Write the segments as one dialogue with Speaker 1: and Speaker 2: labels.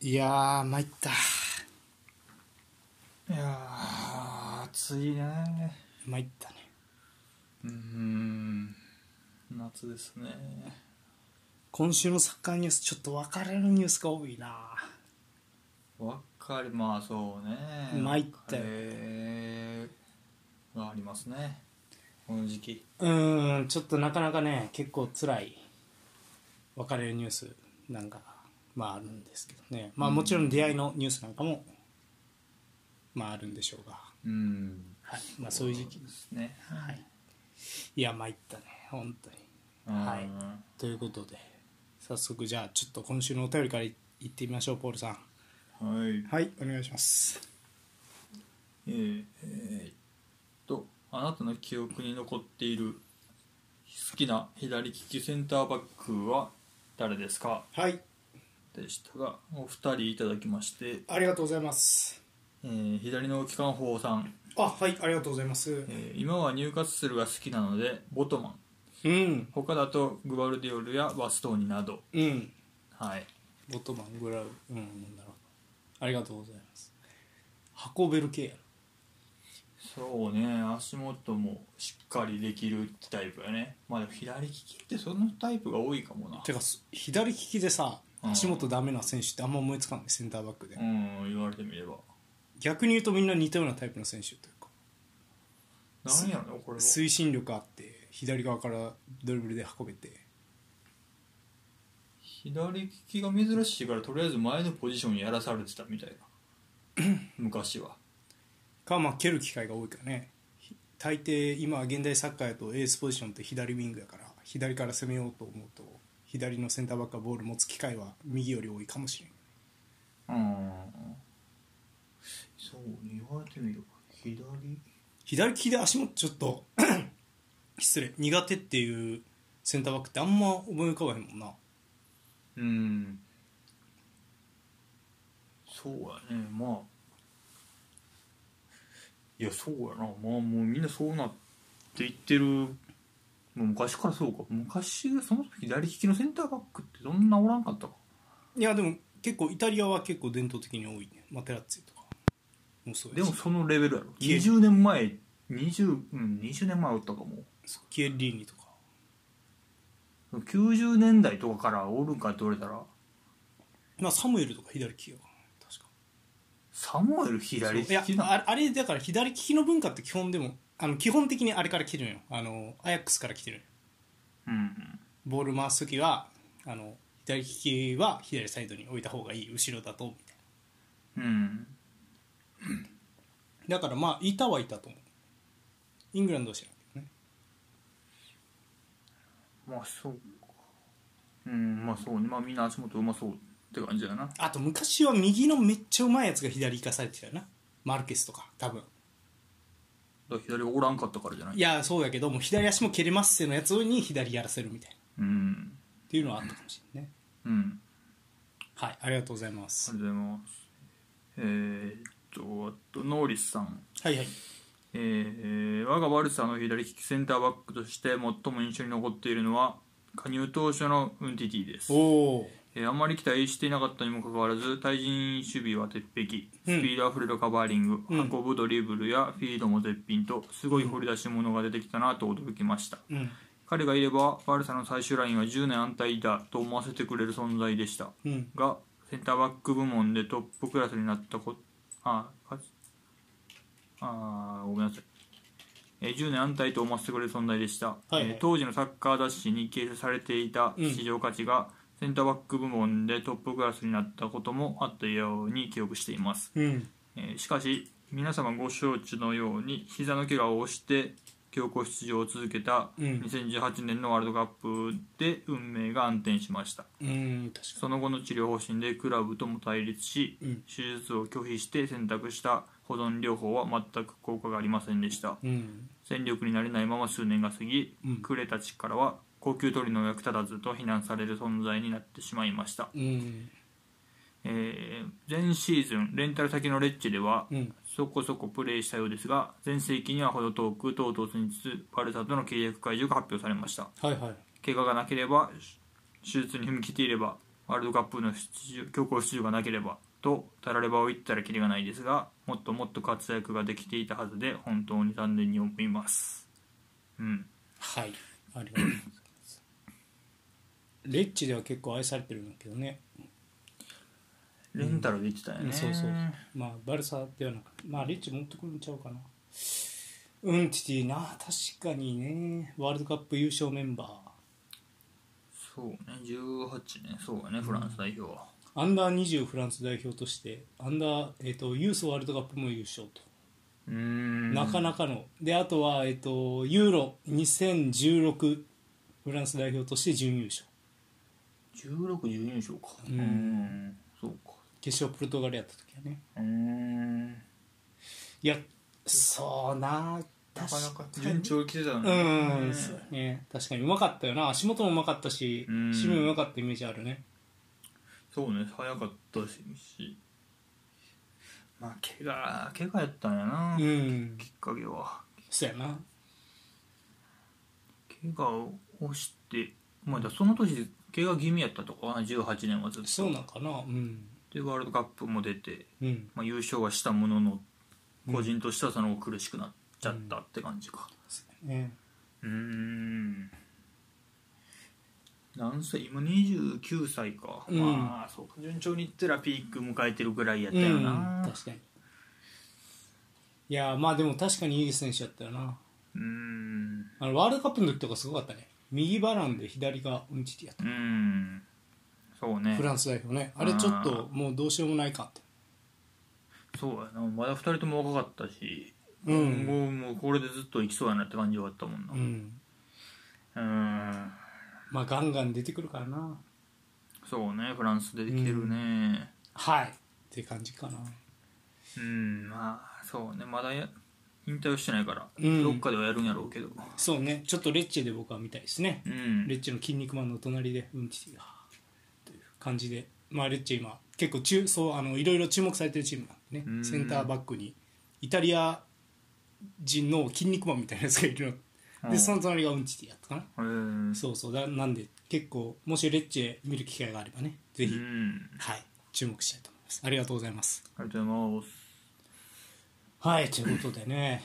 Speaker 1: いやー参った
Speaker 2: いやー暑いね
Speaker 1: 参ったね
Speaker 2: うーん夏ですね
Speaker 1: 今週のサッカーニュースちょっと分かれるニュースが多いな
Speaker 2: わかりまあそうね
Speaker 1: 参ったよ
Speaker 2: カレーがありますねこの時期
Speaker 1: うーんちょっとなかなかね結構辛い分かれるニュースなんかまああるんですけどねまあもちろん出会いのニュースなんかもまああるんでしょうが、
Speaker 2: うん
Speaker 1: はい、まあそういう時期
Speaker 2: ですね
Speaker 1: はいいや参ったね本当にはい
Speaker 2: うん
Speaker 1: ということで早速じゃあちょっと今週のお便りからいいってみましょうポールさん
Speaker 2: はい
Speaker 1: はいお願いします
Speaker 2: えーえーっとあなたの記憶に残っている好きな左利きセンターバックは誰ですか
Speaker 1: はい
Speaker 2: でしたがお二人いただきまして、
Speaker 1: ありがとうございます
Speaker 2: えー左の機関砲さん、
Speaker 1: あはいありがとうございます
Speaker 2: えー今はニューカッスルが好きなのでボトマン
Speaker 1: うん
Speaker 2: 他だとグバルディオルやバストーニなど
Speaker 1: うん
Speaker 2: はい
Speaker 1: ボトマングラウうんなるほどありがとうございます運べる系や
Speaker 2: そうね足元もしっかりできるタイプやねまあでも左利きってそのタイプが多いかもな
Speaker 1: てかす左利きでさ
Speaker 2: うん
Speaker 1: 足元ダメな選手ってあんま思いつかないセンターバックで
Speaker 2: うん言われてみれば
Speaker 1: 逆に言うとみんな似たようなタイプの選手というか
Speaker 2: なんやろこれは
Speaker 1: 推進力あって左側からドリブルで運べて
Speaker 2: 左利きが珍しいからとりあえず前のポジションやらされてたみたいな昔は
Speaker 1: かまあ蹴る機会が多いからねひ大抵今現代サッカーやとエースポジションって左ウィングやから左から攻めようと思うと左のセンターバックがボール持つ機会は右より多いかもしれん
Speaker 2: うんそう言われてみれば左
Speaker 1: 左利きで足元ちょっと 失礼苦手っていうセンターバックってあんま思い浮かばへんもんな
Speaker 2: うんそうやねまあいやそうやなまあもうみんなそうなっていってるもう昔からそうか昔その時左利きのセンターバックってどんなおらんかったか
Speaker 1: いやでも結構イタリアは結構伝統的に多いねマテラッツィとかもそう
Speaker 2: で
Speaker 1: やし
Speaker 2: もそのレベルやろ
Speaker 1: いえ
Speaker 2: 20年前20うん20年前おったかも
Speaker 1: キエリーニとか
Speaker 2: 90年代とかからおるんかって言われたら
Speaker 1: まあサムエルとか左利きよ確か
Speaker 2: サモエル左利
Speaker 1: いや
Speaker 2: きな
Speaker 1: ああれだから左利きの文化って基本でもあの基本的にあれから来てるのよあのアヤックスから来てるのよ
Speaker 2: うん
Speaker 1: ボール回す時はあの左利きは左サイドに置いた方がいい後ろだとみたい
Speaker 2: うん
Speaker 1: なだからまあいたはいたと思うイングランドは知らんけどね
Speaker 2: まあそうかうんまあそうねまあみんな足元うまそうって感じだな
Speaker 1: あと昔は右のめっちゃうまいやつが左行かされてたよなマルケスとか多分
Speaker 2: だから左がおらんかったからじゃない
Speaker 1: いやそうやけどもう左足も蹴れますせのやつに左やらせるみたいな
Speaker 2: うん
Speaker 1: っていうのはあったかもしれないね
Speaker 2: うん
Speaker 1: はいありがとうございま
Speaker 2: あ
Speaker 1: す
Speaker 2: りがとうございますえー、っとあとノーリスさん
Speaker 1: はいはい
Speaker 2: えー、我がバルサの左利きセンターバックとして最も印象に残っているのは加入当初のウンティティです
Speaker 1: お、お
Speaker 2: えーあんまり期待していなかったにもかかわらず対人守備は鉄壁
Speaker 1: うん
Speaker 2: スピードあふれるカバーリング、
Speaker 1: うん
Speaker 2: 運ぶドリブルやフィードも絶品とすごい掘り出し物が出てきたなと驚きました
Speaker 1: うん
Speaker 2: 彼がいればバルサの最終ラインは10年安泰だと思わせてくれる存在でした
Speaker 1: うん
Speaker 2: がセンターバック部門でトップクラスになったこあかあーごめんなさいえー10年安泰と思わせてくれる存在でした、
Speaker 1: いはい
Speaker 2: えー当時のサッカー雑誌に掲載されていた
Speaker 1: うん
Speaker 2: 市場価値が、センターバック部門でトップクラスになったこともあったように記憶しています、
Speaker 1: うん
Speaker 2: えーしかし皆様ご承知のように膝の怪我をして強行出場を続けた
Speaker 1: うん
Speaker 2: 2018年のワールドカップで運命が暗転しました
Speaker 1: うん確か
Speaker 2: その後の治療方針でクラブとも対立し、
Speaker 1: うん
Speaker 2: 手術を拒否して選択した保存療法は全く効果がありませんでした
Speaker 1: にうん
Speaker 2: 戦力になれないまま数年が過ぎ、
Speaker 1: うん
Speaker 2: クレたちからは高級鳥の役立たずと非難される存在になってしまいました、
Speaker 1: うん
Speaker 2: えー前シーズンレンタル先のレッチェでは、
Speaker 1: うん
Speaker 2: そこそこプレーしたようですが全盛期には程遠くとうとう先日バルサとの契約解除が発表されました
Speaker 1: はいはい
Speaker 2: 怪我がなければ手手術に踏み切っていればワールドカップの出場強行出場がなければとたらればを言ったらキリがないですがもっともっと活躍ができていたはずで本当に残念に思いますうん
Speaker 1: はいありがとうございますレッチでは結構愛されてるんだけどね
Speaker 2: レンタルできたよね、
Speaker 1: うんそうそうまあバルサではなくまあレッチ持ってくるんちゃうかなうんティティな確かにねワールドカップ優勝メンバー
Speaker 2: そうね18ねそうだねフランス代表は、
Speaker 1: アンダー20フランス代表としてアンダー、えー、とユースワールドカップも優勝と、
Speaker 2: うーん
Speaker 1: なかなかのであとは、えー、とユーロ2016フランス代表として準優勝
Speaker 2: 16準優勝か
Speaker 1: うん
Speaker 2: んそうか
Speaker 1: 決勝プルトガルやった時はね
Speaker 2: うーんない
Speaker 1: やそうな確
Speaker 2: かなか
Speaker 1: に
Speaker 2: 順調に来てたの
Speaker 1: うん、
Speaker 2: ね
Speaker 1: そうね、確かにうまかったよな足元もうまかったし
Speaker 2: うん
Speaker 1: 守備もうまかったイメージあるね
Speaker 2: そうね早かったしまあ怪我怪我やったんやな、
Speaker 1: う
Speaker 2: きっ
Speaker 1: ん
Speaker 2: かけは
Speaker 1: そうやな
Speaker 2: 怪我をしてまあだからその年怪我気味やったとかな18年はずっと
Speaker 1: そうなんかなうん
Speaker 2: でワールドカップも出て、
Speaker 1: うん
Speaker 2: まあ、優勝はしたものの
Speaker 1: うん
Speaker 2: 個人としてはその後苦しくなっちゃったって感じか
Speaker 1: そうやね
Speaker 2: うーん何歳今29歳か、
Speaker 1: うん
Speaker 2: まあそうか順調にいったらピーク迎えてるぐらいやった
Speaker 1: う
Speaker 2: よ
Speaker 1: ん
Speaker 2: な
Speaker 1: 確かにいやまあでも確かにいい選手だったよな
Speaker 2: うーん
Speaker 1: あのワールドカップの時とかすごかったね右バランで左がウンチティやっ
Speaker 2: う
Speaker 1: た、
Speaker 2: ーんそうね
Speaker 1: フランス代表ねあれちょっともうどうしようもないかって
Speaker 2: そうやなまだ2人とも若かったし、
Speaker 1: うん
Speaker 2: 今後もうこれでずっといきそうやなって感じはあったもんな
Speaker 1: う
Speaker 2: うんーん
Speaker 1: まあガンガン出てくるからな
Speaker 2: そうねフランスでできてるね
Speaker 1: はいって感じかな
Speaker 2: うん、まあそうねまだや引退をしてないから、
Speaker 1: うん
Speaker 2: どっかではやるんやろうけど
Speaker 1: そうねちょっとレッチェで僕は見たいですね
Speaker 2: うん
Speaker 1: レッチェの「筋肉マン」の隣でうんちがという感じで、まあ、レッチェ今結構中そうあのいろいろ注目されてるチームなんでね、
Speaker 2: うん
Speaker 1: センターバックにイタリア人の筋肉マンみたいなやつがいるの
Speaker 2: うん
Speaker 1: でその隣がうんちってやったかな、
Speaker 2: えー
Speaker 1: そうそうだなんで結構もしレッチェ見る機会があればねぜひ、
Speaker 2: うん
Speaker 1: はい注目したいと思いますありがとうございます
Speaker 2: ありがとうございます
Speaker 1: はいということでね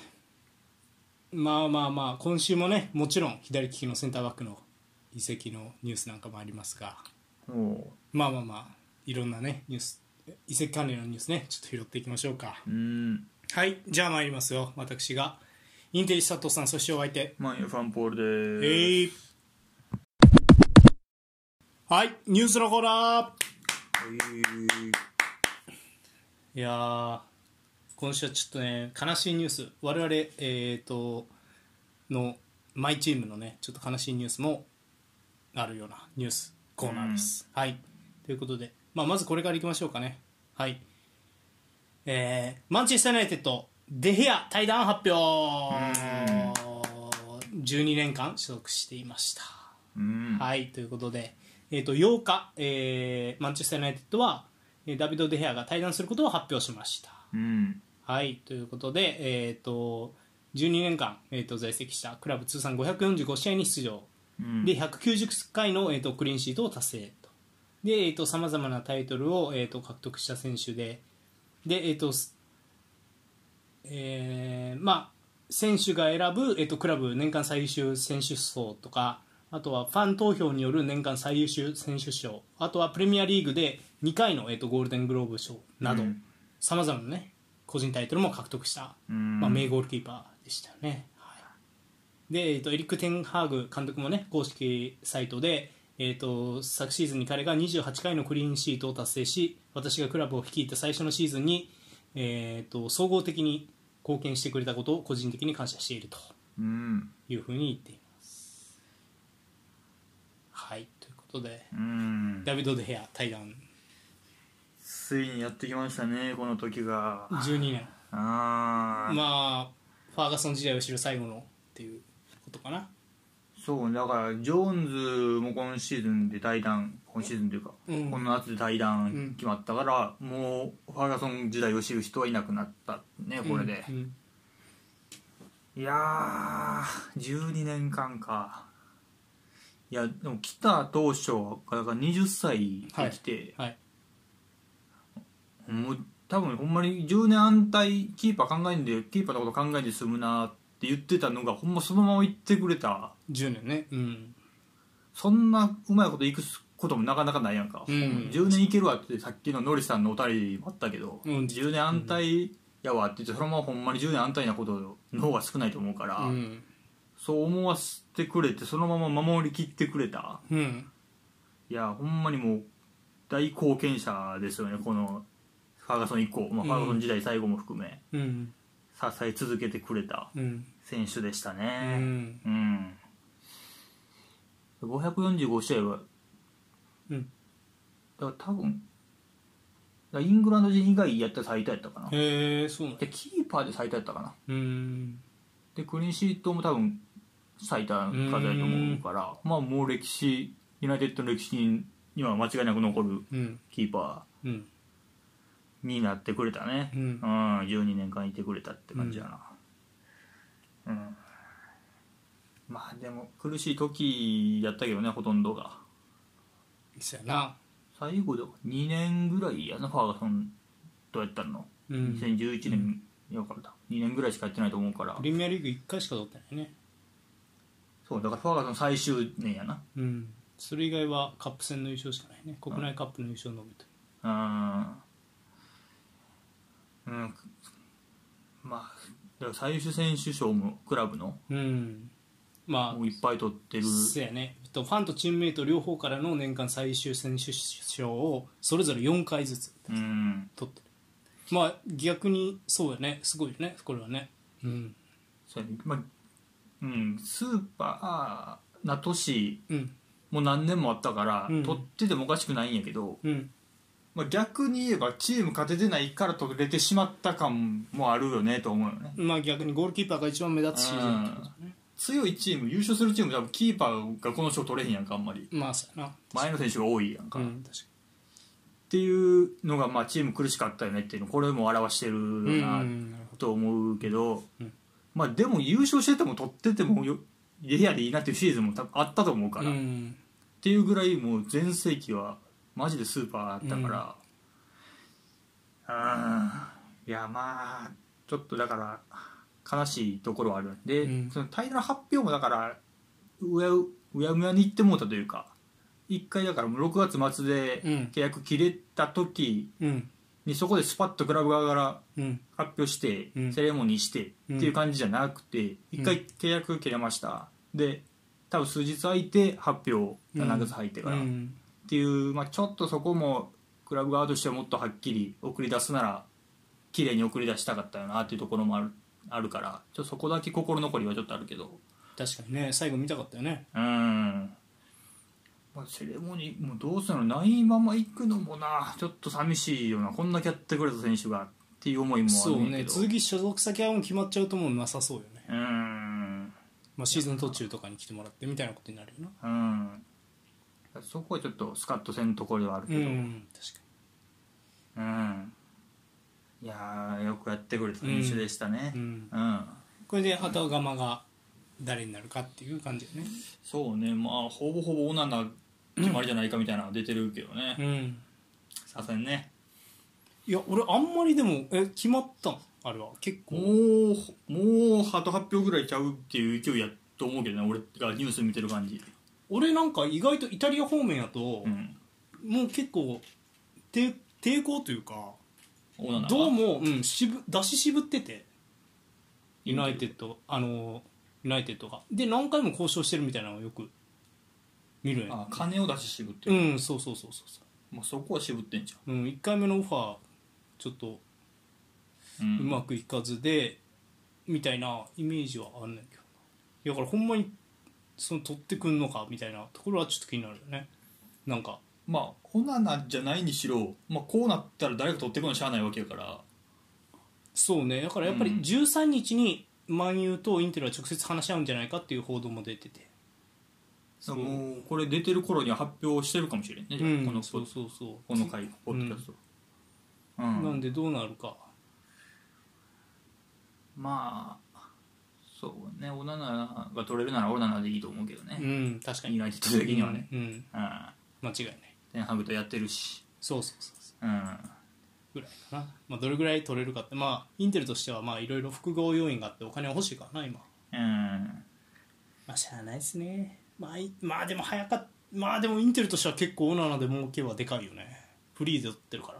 Speaker 1: まあまあまあ今週もねもちろん左利きのセンターバックの移籍のニュースなんかもありますが
Speaker 2: おう
Speaker 1: まあまあまあいろんなねニュース移籍関連のニュースねちょっと拾っていきましょうか
Speaker 2: うん
Speaker 1: はいじゃあ参りますよ私がインテリ佐藤さんそしてお相手
Speaker 2: マンユファンポール
Speaker 1: え
Speaker 2: でーす
Speaker 1: ーはいニュースのコーナー
Speaker 2: はい
Speaker 1: いやー今週はちょっとね悲しいニュース我々えー、とのマイチームのねちょっと悲しいニュースもあるようなニュースコーナーです、はいということで、まあ、まずこれからいきましょうかねはいえーマンチェスター・ユナイテッドデヘア対談発表12年間所属していました
Speaker 2: うん
Speaker 1: はい、ということで、えー、と8日、えーマンチェスター・ユナイテッドはえーダビド・デヘアが退団することを発表しました。
Speaker 2: うん
Speaker 1: はい、ということで、えー、と12年間、えー、と在籍したクラブ通算545試合に出場、
Speaker 2: うん
Speaker 1: で190回の、えー、とクリーンシートを達成とで、えー、とさまざまなタイトルを、えー、と獲得した選手でで、えーとすえーまあ、選手が選ぶ、えー、とクラブ年間最優秀選手賞とかあとはファン投票による年間最優秀選手賞あとはプレミアリーグで2回の、えー、とゴールデングローブ賞など
Speaker 2: うん
Speaker 1: さまざまな、ね、個人タイトルも獲得した、
Speaker 2: うん
Speaker 1: まあ、名ゴールキーパーでしたよね。はいで、えっとエリック・テンハーグ監督もね公式サイトで、えっと昨シーズンに彼が28回のクリーンシートを達成し私がクラブを率いた最初のシーズンに、えっと総合的に貢献してくれたことを個人的に感謝していると
Speaker 2: うん
Speaker 1: いうふうに言っています。はいということで
Speaker 2: うん
Speaker 1: ダビド・デヘア対談
Speaker 2: ついにやってきましたねこの時が
Speaker 1: 12年
Speaker 2: ああ
Speaker 1: まあファーガソン時代を知る最後のっていうことかな。
Speaker 2: そうだからジョーンズも今シーズンで退団今シーズンというか、
Speaker 1: うん
Speaker 2: この夏で退団決まったから、もうファーガソン時代を知る人はいなくなったねこれで
Speaker 1: う、ん
Speaker 2: いやー12年間かいやでも来た当初はだから20歳で来て、
Speaker 1: はい
Speaker 2: もう多分ほんまに10年安泰キーパー考えんでキーパーのこと考えんで済むなって言ってたのがほんまそのまま言ってくれた
Speaker 1: 10年ねうん
Speaker 2: そんなうまいこといくこともなかなかないやんか、
Speaker 1: うん
Speaker 2: 10年いけるわってさっきのノリさんのお便りもあったけど、
Speaker 1: うん
Speaker 2: 10年安泰やわって言ってそのままほんまに10年安泰なことの方が少ないと思うから、
Speaker 1: うん
Speaker 2: そう思わせてくれてそのまま守りきってくれた
Speaker 1: うん
Speaker 2: いやほんまにもう大貢献者ですよねこのファーガソン以降、ま
Speaker 1: うん
Speaker 2: あ、ファーガソン時代最後も含め、
Speaker 1: うん
Speaker 2: 支え続けてくれた
Speaker 1: うん
Speaker 2: 選手でした
Speaker 1: う
Speaker 2: ね
Speaker 1: ん
Speaker 2: うん、545試合は
Speaker 1: うん
Speaker 2: だから多分だからイングランド人以外やったら最多やったかな
Speaker 1: へえそうなんや
Speaker 2: でキーパーで最多やったかな
Speaker 1: うん
Speaker 2: でクリーンシートも多分最多の数やと思うからまあもう歴史ユナイテッドの歴史にには間違いなく残る
Speaker 1: うん
Speaker 2: キーパ
Speaker 1: うん
Speaker 2: ーになってくれたね
Speaker 1: う、ん
Speaker 2: うん、12年間いてくれたって感じやなうん、まあでも苦しい時やったけどねほとんどが
Speaker 1: そやな
Speaker 2: 最後で2年ぐらいやなファーガソンどうやったの、
Speaker 1: うんプ
Speaker 2: 2011年やからだ2年ぐらいしかやってないと思うから
Speaker 1: レミアリーグ1回しか取ってないね
Speaker 2: そうだからファーガソン最終年やな
Speaker 1: うんそれ以外はカップ戦の優勝しかないね国内カップの優勝のみと
Speaker 2: うんうんまあだから最終選手賞もクラブの
Speaker 1: うんま
Speaker 2: もういっぱい取ってる
Speaker 1: あそうやねえっとファンとチームメイト両方からの年間最終選手賞をそれぞれ4回ずつ
Speaker 2: うん
Speaker 1: 取ってるまあ逆にそうやねすごいよねこれはねうん
Speaker 2: そうやねまあうんスーパーな年
Speaker 1: うん
Speaker 2: もう何年もあったから、
Speaker 1: うん
Speaker 2: 取っててもおかしくないんやけど、
Speaker 1: うん
Speaker 2: まあ、逆に言えばチーム勝ててないから取れてしまった感もあるよねと思うよね
Speaker 1: まあ逆にゴールキーパーが一番目立つシーズンってことだね
Speaker 2: 強いチーム優勝するチーム多分キーパーがこの賞取れへんやんかあんまり
Speaker 1: まあそうやな
Speaker 2: 前の選手が多いやんか、
Speaker 1: う
Speaker 2: っ
Speaker 1: ん確か
Speaker 2: ていうのがまあチーム苦しかったよねっていうのこれも表してる
Speaker 1: に
Speaker 2: よ
Speaker 1: う
Speaker 2: なん
Speaker 1: なるほ
Speaker 2: と思うけど、
Speaker 1: うん
Speaker 2: まあでも優勝してても取っててもよレアでいいなっていうシーズンも多分あったと思うから、
Speaker 1: どう
Speaker 2: っ
Speaker 1: ん
Speaker 2: ていうぐらいもう全盛期はマジでスーパーだったから、あーいやまあちょっとだから悲しいところはあるんで、
Speaker 1: うん
Speaker 2: その平良の発表もだからうやううやむやに言ってもうたというか一回だからもう6月末で
Speaker 1: うん
Speaker 2: 契約切れた時
Speaker 1: うん
Speaker 2: にそこでスパッとクラブ側から
Speaker 1: うん
Speaker 2: 発表して、
Speaker 1: うん
Speaker 2: セレモニーしてって
Speaker 1: うん
Speaker 2: いう感じじゃなくて、一回契約切れましたで多分数日空いて発表
Speaker 1: うん
Speaker 2: 7月入ってから、
Speaker 1: う
Speaker 2: っ
Speaker 1: ん
Speaker 2: ていう、まあ、ちょっとそこもクラブ側としてはもっとはっきり送り出すなら綺麗に送り出したかったよなっていうところもあるあるからちょっとそこだけ心残りはちょっとあるけど
Speaker 1: 確かにね最後見たかったよね
Speaker 2: うん、まあ、セレモニーもうどうするのないまま行くのもなちょっと寂しいよなこんだけやってくれた選手がっていう思いもあ
Speaker 1: そ
Speaker 2: る
Speaker 1: うん
Speaker 2: やけ
Speaker 1: ね
Speaker 2: ど
Speaker 1: 次所属先はもう決まっちゃうともうなさそうよね、
Speaker 2: うん
Speaker 1: まあ、シーズン途中とかに来てもらってみたいなことになるよな
Speaker 2: うんそこはちょっとスカッとせんところではあるけ
Speaker 1: う
Speaker 2: ど、
Speaker 1: ん確か
Speaker 2: うんいやーよくやってくれた選手でしたね
Speaker 1: に、うん、
Speaker 2: うん、
Speaker 1: これであとはガマが誰になるかっていう感じだよね
Speaker 2: そうねまあほぼほぼオナナ決まりじゃないかみたいなの出てるけどね
Speaker 1: うん
Speaker 2: さすがにね
Speaker 1: いや俺あんまりでもえ決まったんあれは結
Speaker 2: も
Speaker 1: 構
Speaker 2: うもうあと発表ぐらいちゃうっていう勢いやと思うけどね俺がニュース見てる感じ
Speaker 1: 俺なんか意外とイタリア方面やと、
Speaker 2: うん
Speaker 1: もう結構抵抵抗というか
Speaker 2: オナナが
Speaker 1: どうも、うん、渋出し渋っててユナイテッ
Speaker 2: ッ
Speaker 1: ドあのユナイテッドがで何回も交渉してるみたいなのをよく見るんや
Speaker 2: あ金を出し渋って
Speaker 1: う
Speaker 2: る、
Speaker 1: んそうそうそうそうそ
Speaker 2: まあ、そこは渋ってんじ
Speaker 1: う、うん、1回目のオファーちょっと
Speaker 2: ゃん、
Speaker 1: うまくいかずで、みたいなイメージはあんねんけどなだからほんまにその取ってくんのかみたいなところはちょっと気になるよねなんか
Speaker 2: まあオナナじゃないにしろ、まあ、こうなったら誰か取ってくのしゃあないわけやから
Speaker 1: そうねだからやっぱり
Speaker 2: うん
Speaker 1: 13日にマンユーとインテルは直接話し合うんじゃないかっていう報道も出ててそう
Speaker 2: もうこれ出てる頃には発表してるかもしれんね、
Speaker 1: うん
Speaker 2: この
Speaker 1: そう
Speaker 2: こ
Speaker 1: そうそう
Speaker 2: の回ポッドキャスト、うん
Speaker 1: なんでどうなるか
Speaker 2: まあそうね、オナナが取れるならオナナでいいと思うけどね。
Speaker 1: うん確かに
Speaker 2: ユナイテッド的にはね。
Speaker 1: うん
Speaker 2: うん。
Speaker 1: 間違いない
Speaker 2: テンハグとやってるし。
Speaker 1: そうそうそうそう
Speaker 2: うん。
Speaker 1: ぐらいかな、まあ、どれぐらい取れるかってまあインテルとしてはまあいろいろ複合要因があってお金は欲しいからな今
Speaker 2: うん。
Speaker 1: まあしゃあないですねまあいまあでも早かっまあでもインテルとしては結構オナナで儲けはでかいよねフリーで取ってるか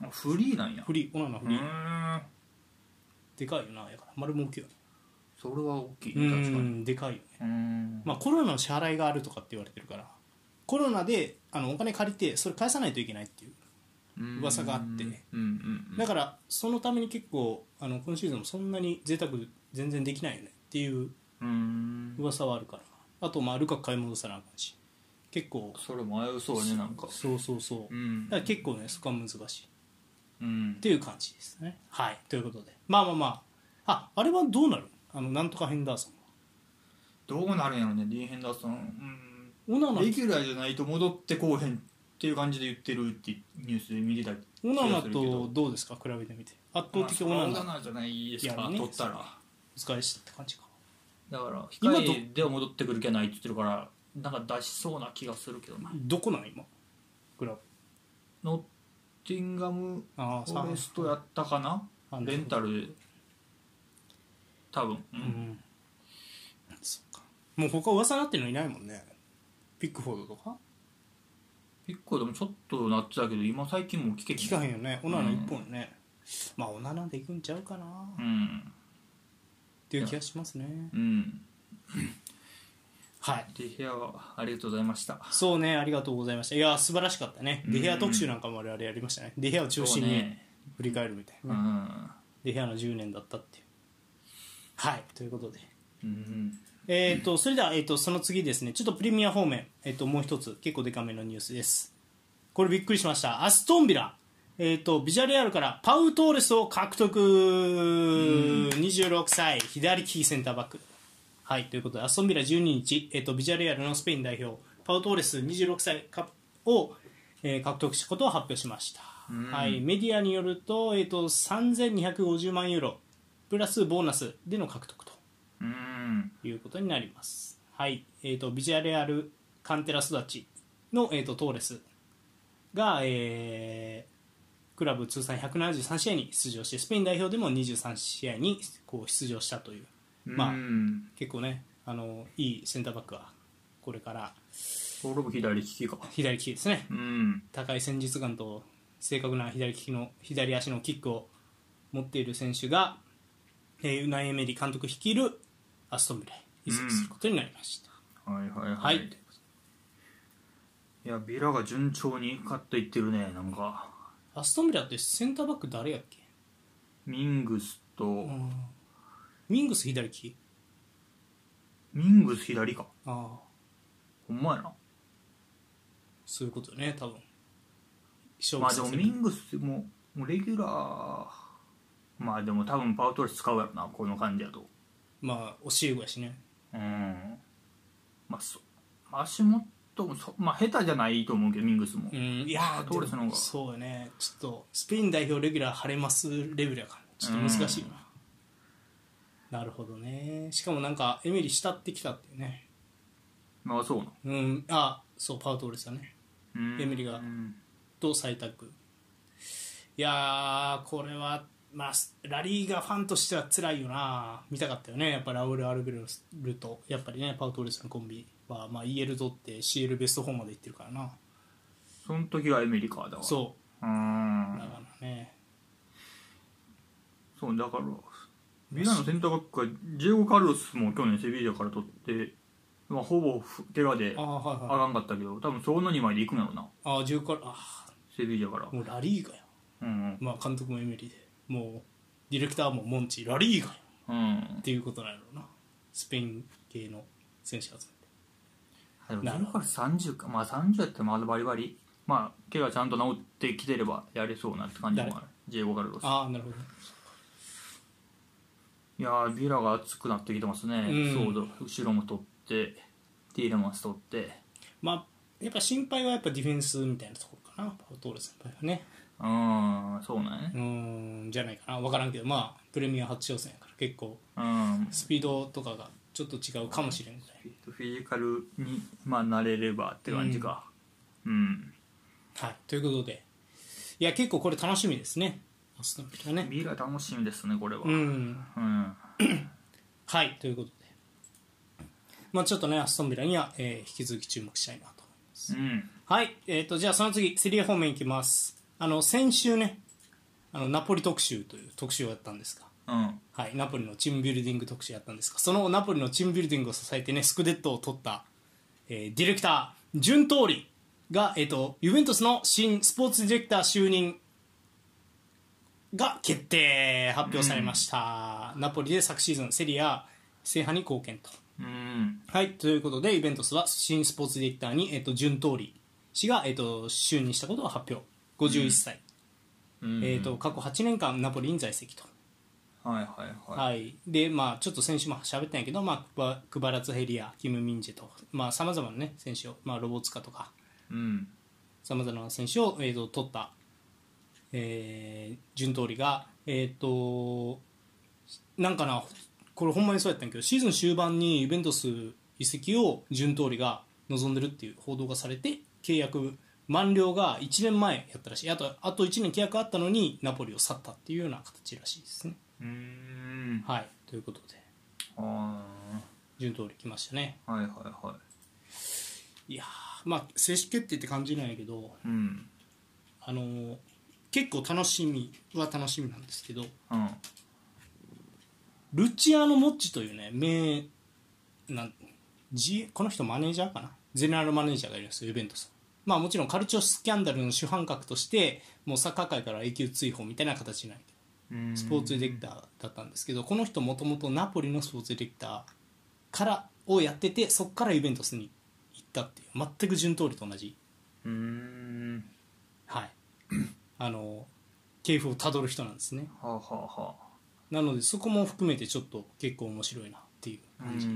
Speaker 1: ら
Speaker 2: あフリーなんや。
Speaker 1: フリーオナナフ
Speaker 2: う
Speaker 1: リー、
Speaker 2: ーん。
Speaker 1: でかいよなやから丸儲けよね
Speaker 2: それは大きい。
Speaker 1: う
Speaker 2: 確かに。
Speaker 1: んでかいよね
Speaker 2: うん。
Speaker 1: まあ、コロナの支払いがあるとかって言われてるからコロナであのお金借りてそれ返さないといけないっていう
Speaker 2: うん
Speaker 1: 噂があって
Speaker 2: うんうんうん。
Speaker 1: だからそのために結構あの今シーズンもそんなに贅沢全然できないよねっていう
Speaker 2: うん。
Speaker 1: 噂はあるからあとまあルカク買い戻さなあかんし結構
Speaker 2: それも危うそうやね、なんか。
Speaker 1: そうそうそううだ
Speaker 2: ん。
Speaker 1: から結構ねそこは難しい
Speaker 2: うん
Speaker 1: っ。ていう感じですねはいということでまあまあまあああれはどうなるあのなんとかヘンダーソンは
Speaker 2: どうなるんやろね、ディーン・ヘンダーソン。うん。
Speaker 1: オナナ
Speaker 2: レギュラーじゃないと戻ってこうへんっていう感じで言ってるってニュースで見てた
Speaker 1: オナナとどうですか比べてみて圧倒的オナナ
Speaker 2: ナじゃないです
Speaker 1: い
Speaker 2: か、
Speaker 1: やね
Speaker 2: 取ったら
Speaker 1: 使いしたって感じか
Speaker 2: だから
Speaker 1: 今と
Speaker 2: 控えでは戻ってくる気はないって言ってるからなんか出しそうな気がするけどな
Speaker 1: どこなん今グラブ
Speaker 2: ノッティンガム
Speaker 1: ああ
Speaker 2: フォレストやったかな
Speaker 1: あ
Speaker 2: レンタルで多分、う
Speaker 1: うんんそっかもう他噂になってるのいないもんねピックフォードとか
Speaker 2: 結構でもちょっとなってたけど今最近もう聞け
Speaker 1: 聞
Speaker 2: てない
Speaker 1: かへんよねオナナ一本よね、まあオナナでいくんちゃうかなっ
Speaker 2: うん
Speaker 1: ていう気がしますね
Speaker 2: うん
Speaker 1: はい
Speaker 2: で部屋はありがとうございました
Speaker 1: そうねありがとうございましたいや素晴らしかったね
Speaker 2: うん
Speaker 1: デヘア特集なんかも我々やりましたねデヘアを中心
Speaker 2: そう
Speaker 1: に
Speaker 2: ね
Speaker 1: 振り返るみたいうな、
Speaker 2: ん
Speaker 1: デヘアの10年だったっていうはいということで
Speaker 2: うん
Speaker 1: えー、とそれでは、えー、とその次ですねちょっとプレミア方面、えー、ともう一つ結構デカめのニュースですこれびっくりしましたアストンビラ、えー、とビジャレアルからパウ・トーレスを獲得26歳左利きセンターバックはいということでアストンビラ12日、えー、とビジャレアルのスペイン代表パウ・トーレス26歳かを、えー獲得したことを発表しました、
Speaker 2: うん
Speaker 1: はい、メディアによると,、えー、と3250万ユーロプラスボーナスでの獲得と
Speaker 2: うん
Speaker 1: ということになります。はい、えー、とビジュアレアル・カンテラ育ちの、えー、とトーレスが、えークラブ通算173試合に出場してスペイン代表でも23試合にこう出場したというまあ
Speaker 2: うん
Speaker 1: 結構ねあのいいセンターバックはこれから
Speaker 2: ボールも左利きか。
Speaker 1: 左利きですね
Speaker 2: うん。
Speaker 1: 高い戦術眼と正確な左利きの左足のキックを持っている選手が、えー、ウナイエメリ監督率いるアストンビラへ移籍することになりました。
Speaker 2: はいはいはい。
Speaker 1: はい
Speaker 2: い、や、ビラが順調に勝っていってるね、なんか。
Speaker 1: アストンビラってセンターバック誰やっけ、
Speaker 2: ミングスと、
Speaker 1: ミングス左利き
Speaker 2: ミングス左か。
Speaker 1: ああ
Speaker 2: ほんまやな。
Speaker 1: そういうことよね多分勝
Speaker 2: ま
Speaker 1: 負
Speaker 2: あで
Speaker 1: さ
Speaker 2: も
Speaker 1: せ
Speaker 2: ミ
Speaker 1: る
Speaker 2: ングスも、もうレギュラー、まあでも多分パウトレス使うやろな、この感じやと。
Speaker 1: まあ教え子やしね
Speaker 2: うん。まあそ、足元もそ、まあ下手じゃないと思うけど、ミングスも
Speaker 1: う。んいや
Speaker 2: トーレス
Speaker 1: で
Speaker 2: の方が
Speaker 1: もそうやねちょっとスペイン代表レギュラー晴れますレベルやからちょっと難しいよな、なるほどねしかもなんかエミリ慕ってきたっていうね
Speaker 2: まあそうな。
Speaker 1: うんあそうパウトーレスだね
Speaker 2: うん
Speaker 1: エミリが
Speaker 2: うん
Speaker 1: と採択いやーこれは、まあ、ラリーがファンとしては辛いよな見たかったよねやっぱラウル・アルベルとやっぱりねパウトーレスのコンビは、まあ、EL 取って CL ベスト4までいってるからな
Speaker 2: その時がエミリか、だから。
Speaker 1: そううんだ。からね
Speaker 2: そうだからビラのセンターバックはジェオ・カルロスも去年セビージャから取って、まあ、ほぼふ怪我で
Speaker 1: あーはい
Speaker 2: 上
Speaker 1: はい
Speaker 2: がんかったけど多分その2枚で行くんやろな
Speaker 1: あー10からあ
Speaker 2: セビージャから
Speaker 1: ーもうラリーガや、
Speaker 2: うん
Speaker 1: まあ、監督もエメリーでもうディレクターもモンチラリーガや
Speaker 2: うん、うん
Speaker 1: っていうことなんやろうなスペイン系の選手集めて
Speaker 2: でもジ
Speaker 1: なる
Speaker 2: ェオ・
Speaker 1: ほ
Speaker 2: カルロス30かまあ30やったらまだバリバリまあ怪我ちゃんと治ってきてればやれそうなって感じもあるジェオ・カルロス
Speaker 1: ああなるほど
Speaker 2: いやービラが熱くなってきてますね、
Speaker 1: うん
Speaker 2: そうだ後ろも取ってティーレマンス取って
Speaker 1: まあ、やっぱ心配はやっぱディフェンスみたいなところかな、パウトーレ先輩はね。
Speaker 2: うんそうなんやね
Speaker 1: うーん、じゃないかな、分からんけど、まあ、プレミア初挑戦やから。結構
Speaker 2: うん、
Speaker 1: スピードとかがちょっと違うかもしれない
Speaker 2: フィジカルに、まあ、慣れればって感じかうん、
Speaker 1: はいということでいや結構これ楽しみですねアストンビラね
Speaker 2: B が楽しみですねこれは
Speaker 1: う
Speaker 2: うん、
Speaker 1: んはいということでまあちょっとねアストンビラには、えー引き続き注目したいなと思います
Speaker 2: うん
Speaker 1: はい、えー、とじゃあその次セリエ方面いきますあの先週ねあのナポリ特集という特集をやったんですが
Speaker 2: うん
Speaker 1: はい、ナポリのチームビルディング特集やったんですがそのナポリのチームビルディングを支えてねスクデットを取った、えーディレクタージュントーリが、えー、とユベントスの新スポーツディレクター就任が決定発表されました、ナポリで昨シーズンセリア制覇に貢献と
Speaker 2: うん
Speaker 1: はいということでユベントスは新スポーツディレクターに、えー、とジュントーリ氏が、えー、と就任したことを発表51歳、
Speaker 2: うん
Speaker 1: えー、と過去8年間ナポリに在籍と
Speaker 2: はいはいはい、
Speaker 1: はい、で、まあ、ちょっと先週も喋ったんやけど、まあ、クバクバラツヘリア、キム・ミンジェと、さまざ、まな、ね、選手を、まあ、ロボツカとか、
Speaker 2: うん
Speaker 1: さまざまな選手を、えー、と取った、えー、順通りが、えー、となんかな、これ、ほんまにそうやったんやけど、シーズン終盤にユベントス移籍を順通りが望んでるっていう報道がされて、契約満了が1年前やったらしい、あとあと1年契約あったのに、ナポリを去ったっていうような形らしいですね。
Speaker 2: うん
Speaker 1: はい、ということで。
Speaker 2: あ
Speaker 1: 順通り来ましたね
Speaker 2: ーはいはいはい
Speaker 1: やーまあ正式決定って感じなんやけど、
Speaker 2: いうん
Speaker 1: あのー結構楽しみは楽しみなんですけど
Speaker 2: うん
Speaker 1: ルチアーノ・モッチというね名なん、G、この人マネージャーかなゼネラルマネージャーがいるんですよユベントスまあもちろんカルチョスキャンダルの主犯格としてもうサッカー界から永久追放みたいな形になる
Speaker 2: うん
Speaker 1: スポーツディレクターだったんですけどこの人もともとナポリのスポーツディレクターからをやっててそこからユベントスに行ったっていう全く順通りと同じ
Speaker 2: うん
Speaker 1: はい、あの系譜をたどる人なんですね
Speaker 2: はあはあは
Speaker 1: なのでそこも含めてちょっと結構面白いなっていう
Speaker 2: あ
Speaker 1: 感じ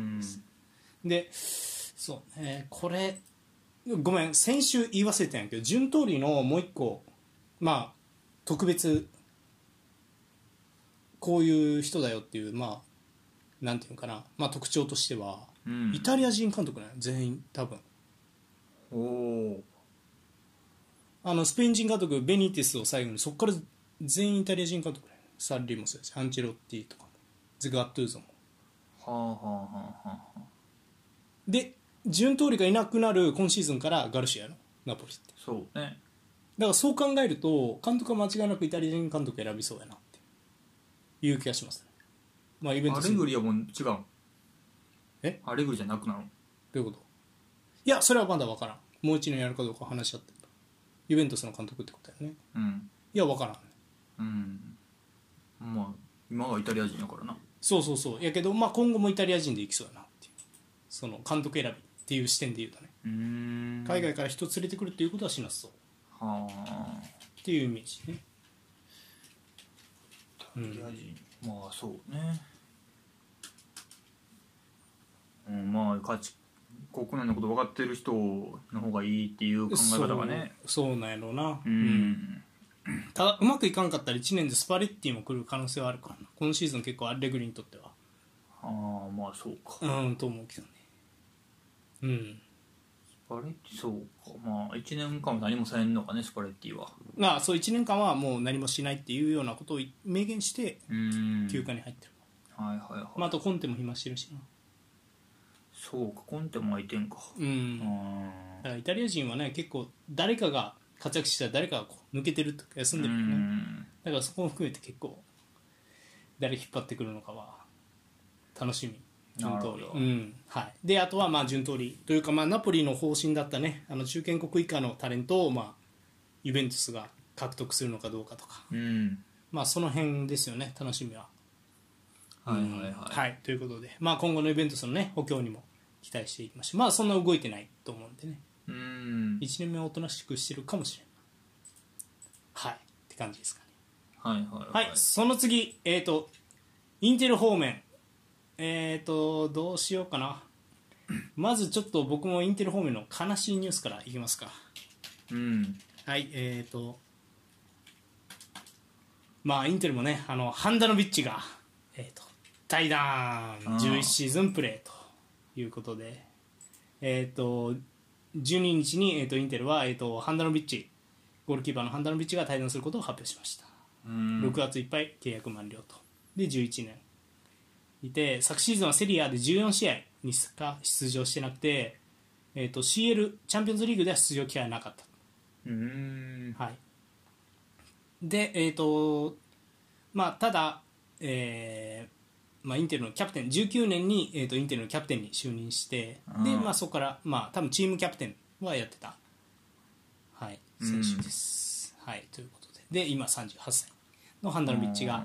Speaker 1: ですでそうねこれごめん先週言い忘れてたんやけど順通りのもう一個まあ特別こういう人だよっていうまあなんていうのかな、まあ、特徴としては
Speaker 2: うん
Speaker 1: イタリア人監督なんよ全員多分
Speaker 2: おお
Speaker 1: あのスペイン人監督ベニテスを最後にそこから全員イタリア人監督だよねサッリもそうですアンチェロッティとかもゼガットゥーゾも
Speaker 2: はあはあはあはあ
Speaker 1: で順通りがいなくなる今シーズンからガルシアのナポリって
Speaker 2: そうね
Speaker 1: だからそう考えると監督は間違いなくイタリア人監督選びそうやなっていう気がしますねまあイベント
Speaker 2: ア
Speaker 1: す
Speaker 2: レ
Speaker 1: る
Speaker 2: グ
Speaker 1: ど
Speaker 2: リはもう違う
Speaker 1: え
Speaker 2: アレグリじゃなくなる
Speaker 1: ういうこといやそれはまだ分からんもう一年やるかどうか話し合ってるユベントスの監督ってことだよね
Speaker 2: うん
Speaker 1: いや分からん
Speaker 2: うんまあ今はイタリア人やからな
Speaker 1: そうそうそうやけど、まあ、今後もイタリア人でいきそうだなっていうその監督選びっていう視点で言うとね
Speaker 2: うん
Speaker 1: 海外から人連れてくるっていうことはしなそう
Speaker 2: はあ
Speaker 1: っていうイメージね
Speaker 2: イタリア人まあそうねうんまあ価値国内のこと分かってる人の方がいいっていう考え方がね
Speaker 1: そうそうなんやろうな、
Speaker 2: う
Speaker 1: うん
Speaker 2: ん
Speaker 1: ただうまくいかんかったら1年でスパレッティも来る可能性はあるからな今シーズン結構アレグリにとっては
Speaker 2: ああまあそうか
Speaker 1: うんと思うけどねうん
Speaker 2: スパレッティそうかまあ1年間は何もされんのかねスパレッティは
Speaker 1: まあそう1年間はもう何もしないっていうようなことを明言して
Speaker 2: うん
Speaker 1: 休暇に入ってる、
Speaker 2: はいはいはい、
Speaker 1: まあ、あとコンテも暇してるしな
Speaker 2: そうかコンテも相手んか
Speaker 1: うん、
Speaker 2: うん
Speaker 1: だからイタリア人はね結構誰かが活躍したら誰かがこう抜けてるとか休んでるよね、だからそこも含めて結構誰引っ張ってくるのかは楽しみ順当
Speaker 2: なる
Speaker 1: り
Speaker 2: ほ、
Speaker 1: う
Speaker 2: ど
Speaker 1: んはい、であとはまあ順当りというかまあナポリの方針だったねあの中堅国以下のタレントをまあユベントスが獲得するのかどうかとか、
Speaker 2: うん、うん、
Speaker 1: まあ、その辺ですよね楽しみは。
Speaker 2: はいは
Speaker 1: う
Speaker 2: い
Speaker 1: ん
Speaker 2: はい、
Speaker 1: はい、ということで、まあ、今後のユベントスの、ね、補強にも期待していきましょう、まあ、そんな動いてないと思うんでね
Speaker 2: うん
Speaker 1: 1年目はおとなしくしてるかもしれない。はいって感じですかね。
Speaker 2: はいはい
Speaker 1: はい、その次、えー、とインテル方面、えー、とどうしようかな、まずちょっと僕もインテル方面の悲しいニュースからいきますか、
Speaker 2: うん
Speaker 1: はいえーとまあ、インテルもね、あのハンダノビッチが、えー、と対談
Speaker 2: うん
Speaker 1: 11シーズンプレーということで、えっと12日に、えー、とインテルは、えー、とハンダノビッチゴールキーパーのハンダノビッチが退団することを発表しました、
Speaker 2: うん
Speaker 1: 6月いっぱい契約満了とで11年いて昨シーズンはセリアで14試合にしか出場してなくて、えー、と CL チャンピオンズリーグでは出場機会はなかった
Speaker 2: うん
Speaker 1: はい、で、えーとまあ、ただ、えーまあ、インテルのキャプテン19年に、えー、とインテルのキャプテンに就任して
Speaker 2: うん
Speaker 1: で、まあ、そこから、まあ、多分チームキャプテンはやってた、はい、選手です、はい。ということでで今38歳のハンダルビッチが、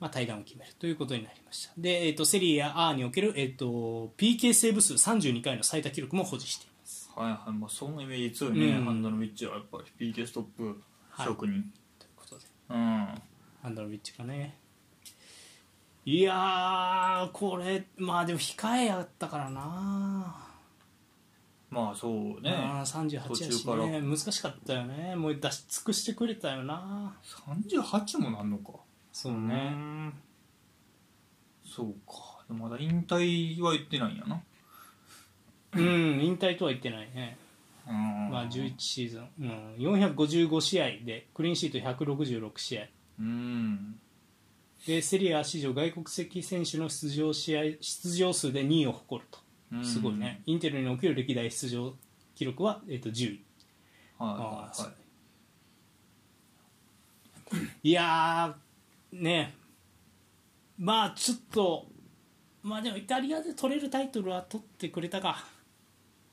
Speaker 1: まあ、対談を決めるということになりましたで、えー、とセリア A における、えー、と PK セーブ数32回の最多記録も保持しています
Speaker 2: はいはいまあそのイメージ強いね、
Speaker 1: うん
Speaker 2: ハンドのミッチはやっぱり PK ストップ職人、
Speaker 1: ということで
Speaker 2: うん
Speaker 1: アンドロビッチかねいやーこれまあでも控えやったからな、
Speaker 2: まあそうね
Speaker 1: あー38や
Speaker 2: 途
Speaker 1: し
Speaker 2: 中から
Speaker 1: ね難しかったよねもう出し尽くしてくれたよな
Speaker 2: 38もなんのか
Speaker 1: そう
Speaker 2: う
Speaker 1: ね、
Speaker 2: んそうかでもまだ引退は言ってないんやな
Speaker 1: うん、引退とは言ってないね、
Speaker 2: うん
Speaker 1: まあ、11シーズン、うん、455試合でクリーンシート166試合
Speaker 2: うん
Speaker 1: でセリア史上外国籍選手の出場試合出場数で2位を誇る
Speaker 2: う
Speaker 1: と
Speaker 2: ん
Speaker 1: すごいね、インテルにおける歴代出場記録は、えっと10位
Speaker 2: はいは
Speaker 1: ああ
Speaker 2: い
Speaker 1: そ
Speaker 2: は
Speaker 1: ういやーねまあちょっとまあでもイタリアで取れるタイトルは取ってくれたか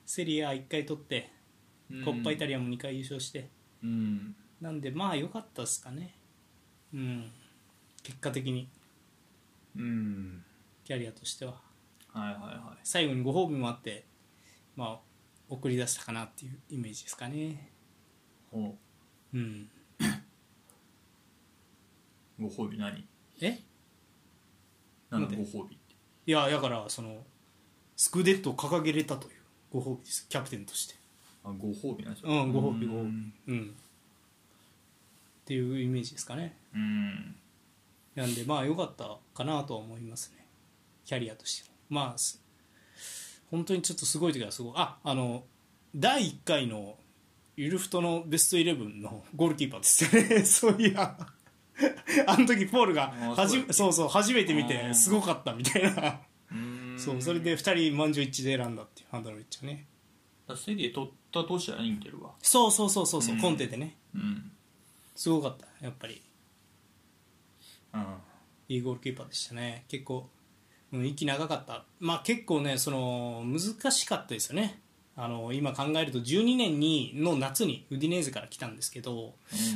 Speaker 1: セリア1回取って
Speaker 2: いうん
Speaker 1: コッパイタリアも2回優勝して、
Speaker 2: うん
Speaker 1: なんでまあ良かったですかねうん結果的に
Speaker 2: うん
Speaker 1: キャリアとしては
Speaker 2: はいはいはい
Speaker 1: 最後にご褒美もあってまあ送り出したかなっていうイメージですかね
Speaker 2: ほ
Speaker 1: うん
Speaker 2: うご褒美何
Speaker 1: え
Speaker 2: 何
Speaker 1: 待
Speaker 2: の
Speaker 1: っ
Speaker 2: ご
Speaker 1: て
Speaker 2: 褒美って
Speaker 1: いやだからそのスクデットを掲げれたというご褒美ですキャプテンとして
Speaker 2: あご褒美なんです
Speaker 1: うんご褒美ご褒
Speaker 2: うん
Speaker 1: 美うんっていうイメージですかね
Speaker 2: うん
Speaker 1: なんでまあ良かったかなとは思いますねキャリアとしてもまあす本当にちょっとすごい時はすごいああの第1回のゆるふとのベストイレブンのゴールキーパーですよね そういやあの時ポールが
Speaker 2: あ
Speaker 1: は
Speaker 2: そう
Speaker 1: じ
Speaker 2: や
Speaker 1: そうそう初めて見
Speaker 2: あ
Speaker 1: て
Speaker 2: ー
Speaker 1: すごかったみたいな
Speaker 2: うん
Speaker 1: そうそれで2人満場一致で選んだっていうハンドルウィッチをね
Speaker 2: だセリエ取った年はインテルは
Speaker 1: そうそうそうそうそう、
Speaker 2: うん
Speaker 1: コンテでね
Speaker 2: うん
Speaker 1: すごかったやっぱり
Speaker 2: うん
Speaker 1: いいゴールキーパーでしたね結構、うん、息長かったまあ結構ねその難しかったですよねあの今考えると12年にの夏にウディネーゼから来たんですけど、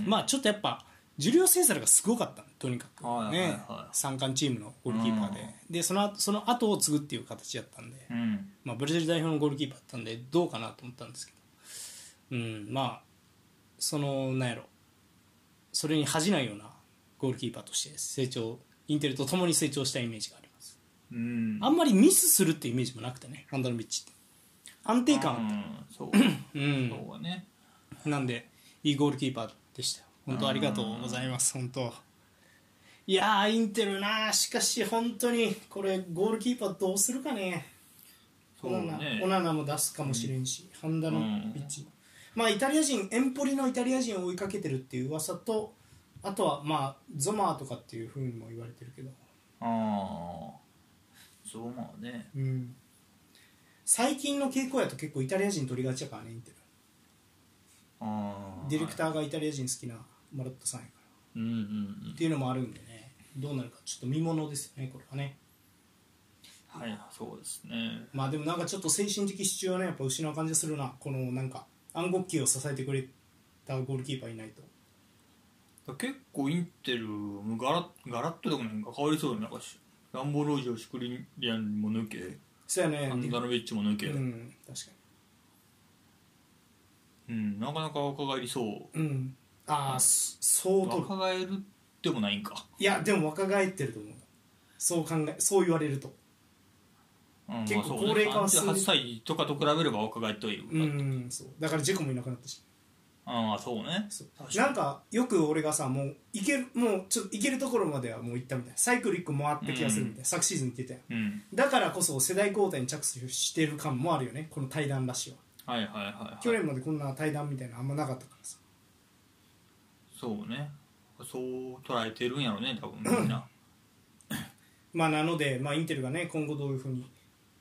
Speaker 1: まあちょっとやっぱジュリオ・セーザルがすごかったのとにかく、ね
Speaker 2: はいはいはい
Speaker 1: 三冠チームのゴールキーパーで,、でその後その後を継ぐっていう形だったんで、
Speaker 2: うん
Speaker 1: まあ、ブラジル代表のゴールキーパーだったんでどうかなと思ったんですけど、うん、まあそのなんやろそれに恥じないようなゴールキーパーとして成長インテルと共に成長したイメージがあります
Speaker 2: うん
Speaker 1: あんまりミスするってイメージもなくてねハンダルビッチって安定感あって
Speaker 2: うんそう
Speaker 1: うん
Speaker 2: そうはね
Speaker 1: なんでいいゴールキーパーでしたよ本当ありがとうございます本当いやーインテルなーしかし本当にこれゴールキーパーどうするかね
Speaker 2: そ
Speaker 1: オ
Speaker 2: う
Speaker 1: ナナオ
Speaker 2: ね
Speaker 1: ナナも出すかもしれんし、ハンダのピッチ、
Speaker 2: うん
Speaker 1: まあイタリア人エンポリのイタリア人を追いかけてるっていう噂とあとはまあゾマーとかっていうふうにも言われてるけど、
Speaker 2: ああそうまあね
Speaker 1: うん、最近の傾向やと結構イタリア人取りがちやからねインテル
Speaker 2: ああ
Speaker 1: ディレクターがイタリア人好きなマロットさんやから
Speaker 2: うんうんうん
Speaker 1: っていうのもあるんでねどうなるかちょっと見ものですよねこれはね
Speaker 2: はいそうですね
Speaker 1: まあでもなんかちょっと精神的支柱はねやっぱ失う感じがするなこのなんか暗黒期を支えてくれたゴールキーパーいないと
Speaker 2: 結構インテルもガラガラッとでもなんか変わりそうだねなんかしランボロージョシュクリリアンも抜け
Speaker 1: そうやね
Speaker 2: アンダノビッチも抜け、
Speaker 1: う
Speaker 2: うん
Speaker 1: ん確か
Speaker 2: なかなか若返りそう
Speaker 1: にうんああそそうとる
Speaker 2: 若返るでもないんか、
Speaker 1: いやでも若返ってると思うそう考えそう言われると
Speaker 2: うん、
Speaker 1: 結構
Speaker 2: まあそうね
Speaker 1: 高齢化は進んで
Speaker 2: 38歳とかと比べれば若返ってはいる、
Speaker 1: うんそうだからジェコもいなくなったし
Speaker 2: ああそうね
Speaker 1: そう
Speaker 2: 確に
Speaker 1: なんかよく俺がさもう行けるもうちょっと行けるところまではもう行ったみたいなサイクリック回った気がするみたいな、昨シーズン言ってたよ
Speaker 2: うん
Speaker 1: だからこそ世代交代に着手してる感もあるよねこの対談ラッシュは
Speaker 2: はいはいはい、はい、
Speaker 1: 去年までこんな対談みたいなのあんまなかったからさ
Speaker 2: そうねそう捉えてるんやろね多分み んな
Speaker 1: まあ、なので、まあ、インテルがね今後どういうふうに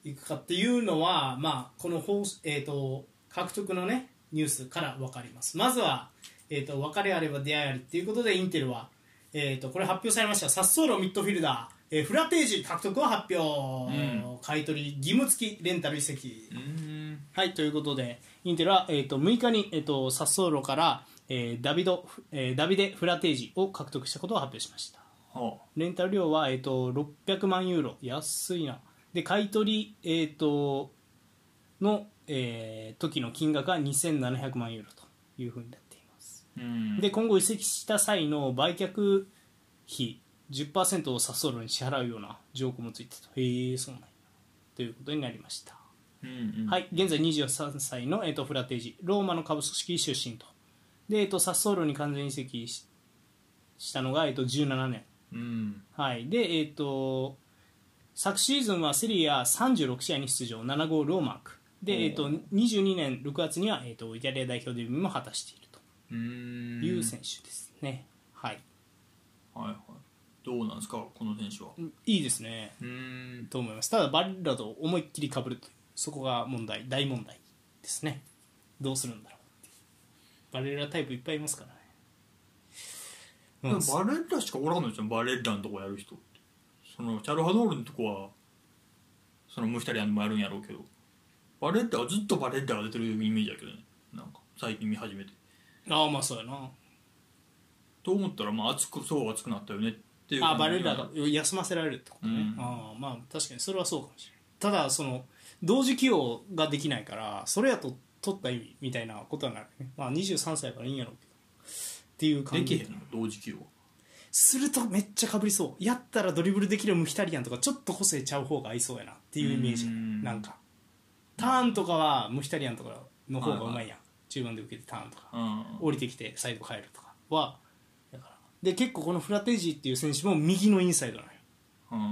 Speaker 1: いくかっていうのは、まあ、この方、えー、と獲得のねニュースから分かりますまずは、えーと「別れあれば出会いあり」っていうことでインテルは、えー、とこれ発表されました殺走路ミッドフィルダー、えーフラテージ獲得を発表、
Speaker 2: うん
Speaker 1: 買い取り義務付きレンタル移籍、
Speaker 2: うーん
Speaker 1: はいということでインテルは、えー、と6日に、えー、と殺走路から、えーダビド、えーダビデ・フラテージを獲得したことを発表しました
Speaker 2: ほ
Speaker 1: レンタル料は、えっと600万ユーロ安いなで買い取り、えっとの、えー時の金額は2700万ユーロというふうになっています、
Speaker 2: ううん
Speaker 1: で今後移籍した際の売却費10%をサソロに支払うような条項もついてたへえそうなんやということになりました、
Speaker 2: うんうん
Speaker 1: はい、現在23歳の、えー、とフラテージローマの下部組織出身とで、えー、とサッソーロに完全移籍ししたのが、えー、と17年
Speaker 2: うん
Speaker 1: はい、で、えー、と昨シーズンはセリア36試合に出場7ゴールをマーク
Speaker 2: お
Speaker 1: で、え
Speaker 2: ー
Speaker 1: ー、と22年6月には、えー、とイタリア代表デビューも果たしている
Speaker 2: うー
Speaker 1: と
Speaker 2: ん
Speaker 1: いう選手ですね、はい、
Speaker 2: はいはいどうなんですかこの選手は
Speaker 1: はいいですね
Speaker 2: うーん
Speaker 1: と思いますただバレラと思いっきりかぶるというそこが問題大問題ですねどうするんだろうっていうバレラタイプいっぱいいますからね、
Speaker 2: で
Speaker 1: うん
Speaker 2: もバレッラしかおらんのじゃんバレッラのとこやる人ってそのチャルハドールのとこはそのムヒタリアンもやるんやろうけどバレッラはずっとバレッラが出てるイメージやけどねなんか最近見始めて
Speaker 1: ああまあそうやな
Speaker 2: と思ったらまあ熱くそう熱くなったよねっていう
Speaker 1: あ
Speaker 2: 感じ
Speaker 1: バレルラが休ませられるってことね、
Speaker 2: うん
Speaker 1: ああまあ確かにそれはそうかもしれないただその同時起用ができないからそれやと取った意味みたいなことになるね、まあ、23歳からいいんやろうけどっていう
Speaker 2: で
Speaker 1: 感
Speaker 2: き
Speaker 1: じ
Speaker 2: へんの同時起用
Speaker 1: するとめっちゃかぶりそうやったらドリブルできるムヒタリアンとかちょっと個性ちゃう方が合いそうやなっていうイメージ
Speaker 2: うん
Speaker 1: なんかターンとかはムヒタリアンとかの方がうまいやん中盤で受けてターンとか
Speaker 2: うん
Speaker 1: 降りてきてサイド変えるとかはだからで結構このフラテージっていう選手も右のインサイドなのよ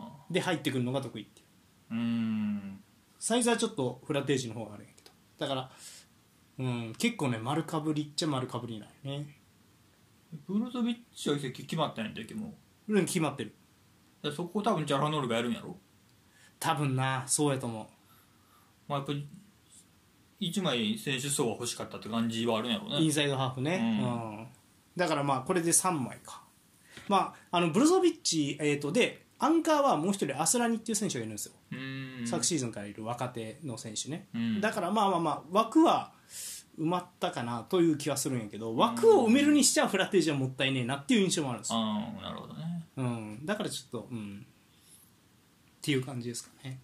Speaker 2: うん
Speaker 1: で入ってくるのが得意っていう
Speaker 2: うんうん
Speaker 1: サイズはちょっとフラテージの方があるんやけどだからうん結構ね丸かぶりっちゃ丸かぶりなんよね
Speaker 2: ブルゾビッチは結局決まったんやったっけも
Speaker 1: うん決まってる
Speaker 2: うでそこ多分ジャラノールがやるんやろ
Speaker 1: 多分なそうやと思
Speaker 2: まあやっぱり一枚選手層は欲しかったって感じはあるんやろう
Speaker 1: う、
Speaker 2: ね
Speaker 1: インサイドハーフね
Speaker 2: う
Speaker 1: うんん、だからまあこれで3枚かまああのブルゾビッチ、えー、とでアンカーはもう一人アスラニっていう選手がいるんですよ、
Speaker 2: うん
Speaker 1: 昨シーズンからいる若手の選手ね、
Speaker 2: うん
Speaker 1: だからまあまあまあ枠は埋まったかなという気はするんやけど枠を埋めるにしちゃフラテージはもったいねえなっていう印象もあるんですよ
Speaker 2: ああなるほどね
Speaker 1: うん、だからちょっと、うん、っていう感じですかね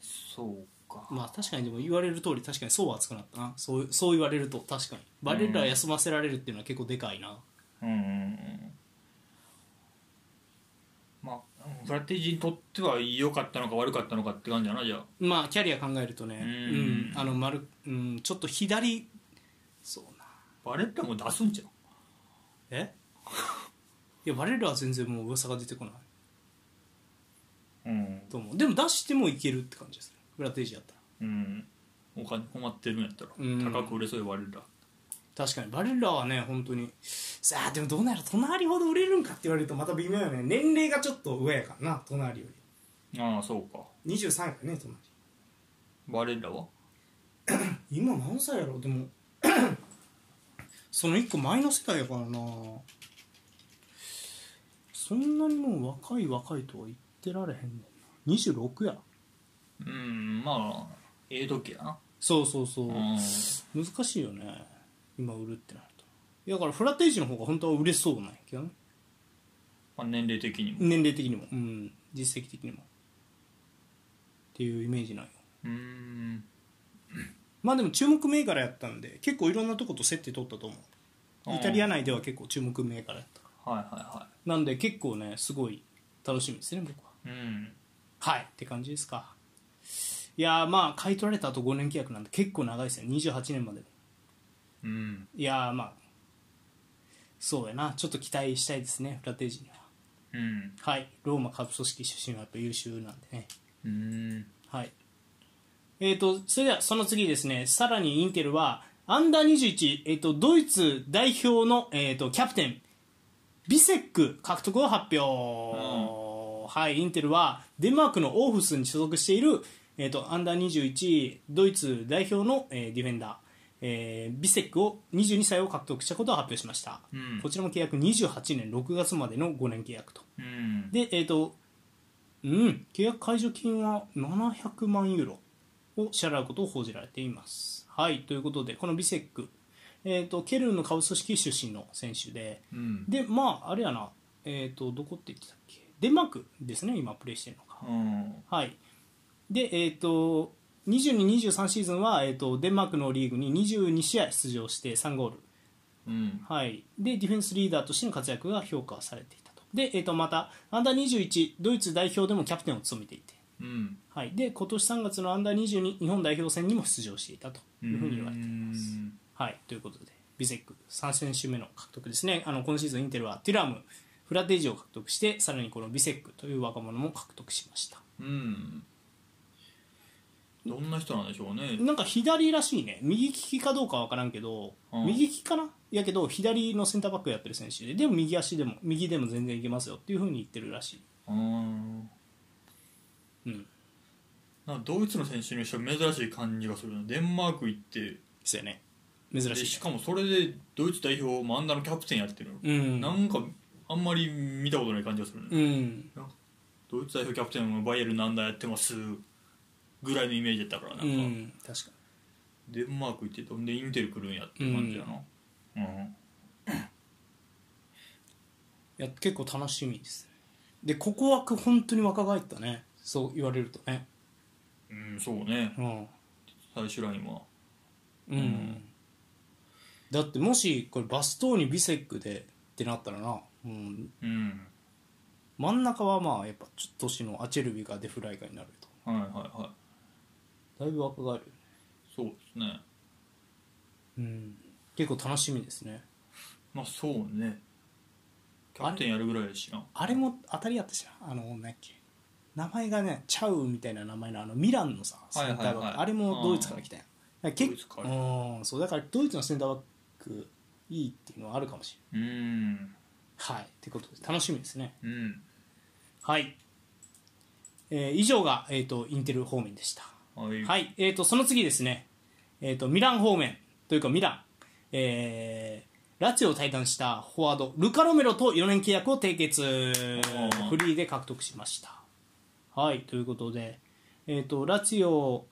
Speaker 2: そうか
Speaker 1: まあ確かにでも言われる通り確かにそうは熱くなったなそうそう言われると確かにバレルラ休ませられるっていうのは結構でかいな
Speaker 2: うんうんうんまあうんフラテージにとっては良かったのか悪かったのかって感じやなじゃあ
Speaker 1: まあキャリア考えるとね
Speaker 2: うん
Speaker 1: うんあの丸、うん、ちょっと左そうな
Speaker 2: バレッラも出すんじゃん
Speaker 1: え いやバレルラは全然もう噂が出てこない
Speaker 2: うん
Speaker 1: と思うでも出してもいけるって感じですねフラテージやったら
Speaker 2: うんお金困ってるんやったら
Speaker 1: うん
Speaker 2: 高く売れそうやバレッラ
Speaker 1: 確かにバレルラはね本当にさあでもどうなる隣ほど売れるんかって言われるとまた微妙よね年齢がちょっと上やからな隣よ
Speaker 2: ああそうか
Speaker 1: り23やからね隣
Speaker 2: バレッラは
Speaker 1: 今何歳やろでもその1個前の世代やからなそんなにもう若い若いとは言ってられへんねんな26や
Speaker 2: うんまあええ時やな
Speaker 1: そうそうそう
Speaker 2: うん
Speaker 1: 難しいよね今売るってなるといやだからフラテージの方が本当は売れそうなんやけどね
Speaker 2: まあ、年齢的にも
Speaker 1: 年齢的にも、うん、実績的にもっていうイメージなんよ
Speaker 2: うん
Speaker 1: まあでも注目銘柄やったんで結構いろんなとこと設定取ったと思
Speaker 2: あ
Speaker 1: う
Speaker 2: ー
Speaker 1: イタリア内では結構注目銘柄やったか
Speaker 2: はいは
Speaker 1: らなんで結構ねすごい楽しみですね僕はい
Speaker 2: はいうん
Speaker 1: はいって感じですかいやーまあ買い取られた後5年契約なんで結構長いですよ28年まで
Speaker 2: うん
Speaker 1: いやーまあそうやなちょっと期待したいですねフラテージには
Speaker 2: うん
Speaker 1: はいローマ下部組織出身はやっぱ優秀なんでね
Speaker 2: うん
Speaker 1: はいえー、とそれではその次ですねさらにインテルはアンダー21、えー、とドイツ代表の、えー、とキャプテンビセック獲得を発表、はいインテルはデンマークのオーフスに所属している、えー、とアンダー21ドイツ代表の、えーディフェンダー、えービセックを22歳を獲得したことを発表しました、
Speaker 2: うん
Speaker 1: こちらも契約28年6月までの5年契約と
Speaker 2: うん
Speaker 1: で、えっ、と、うん、契約解除金は700万ユーロを支払うことを報じられています。はい、ということで、このビセック、えっ、と、ケルンの株組織出身の選手で、
Speaker 2: うん
Speaker 1: で、まあ、あれやな、えっ、と、どこって言ってたっけ、デンマークですね、今、プレーしてるのが。
Speaker 2: うん
Speaker 1: はい、で、えっ、と、2223シーズンは、えー、とデンマークのリーグに22試合出場して3ゴール、
Speaker 2: うん
Speaker 1: はい、でディフェンスリーダーとしての活躍が評価されていたとで、えー、とまた、アンダー21ドイツ代表でもキャプテンを務めていて、
Speaker 2: うん
Speaker 1: はい、で今年3月のアンダー22日本代表戦にも出場していたというふうに言われています。はい、ということでビゼック3選手目の獲得ですねあの今シーズンインテルはテュラムフラテージを獲得してさらにこのビセックという若者も獲得しました
Speaker 2: うんどんな人なんでしょうね
Speaker 1: なんか左らしいね右利きかどうかわからんけど、
Speaker 2: うん
Speaker 1: 右利きかなやけど左のセンターバックやってる選手ででも右足でも右でも全然いけますよっていうふうに言ってるらしい
Speaker 2: うん
Speaker 1: うん
Speaker 2: なんかドイツの選手にしては珍しい感じがするなデンマーク行って
Speaker 1: そうやね珍
Speaker 2: で
Speaker 1: しい
Speaker 2: しかもそれでドイツ代表マンダのキャプテンやってるの、
Speaker 1: うん
Speaker 2: なんかあんまり見たことない感じがするね、
Speaker 1: うん
Speaker 2: ドイツ代表キャプテンのバイエルなんだやってますぐらいのイメージだったからなん
Speaker 1: う
Speaker 2: か、
Speaker 1: ん確か
Speaker 2: デンマーク行ってどんでインテル来るんやって感じやなうん
Speaker 1: にいや結構楽しみですねでここは本当に若返ったねそう言われるとね
Speaker 2: うん、そうね
Speaker 1: うん
Speaker 2: 最終ラインは
Speaker 1: うんだってもしこれバストーニビセックでってなったらな、うん、
Speaker 2: うん
Speaker 1: 真ん中はまあやっぱちょっと年のアチェルビがデフライガーになると
Speaker 2: はいはいは
Speaker 1: だいぶ若返るよね、
Speaker 2: いそうですね
Speaker 1: うん、結構楽しみですね
Speaker 2: まあそうねキャプテンやるぐらいやしな
Speaker 1: あれも当たりやったじゃんあの何やっけ名前がねチャウみたいな名前のあのミランのさセンターバック、
Speaker 2: はいはいはい
Speaker 1: あれもドイツから来たやんだから
Speaker 2: ドイ
Speaker 1: 結
Speaker 2: ツ
Speaker 1: 構
Speaker 2: か
Speaker 1: うんそうだからドイツのセンターバックいいっていうのはあるかもしれ
Speaker 2: う
Speaker 1: な
Speaker 2: ん
Speaker 1: いはいってことで楽しみですね
Speaker 2: うん
Speaker 1: はい、えー以上が、えー、とインテル方面でした
Speaker 2: はい
Speaker 1: はい、えー、とその次ですね、えー、とミラン方面というかミラン、えーラチオを退団したフォワードルカ・ロメロと4年契約を締結フリーで獲得しましたはいということで、えー、とラチオ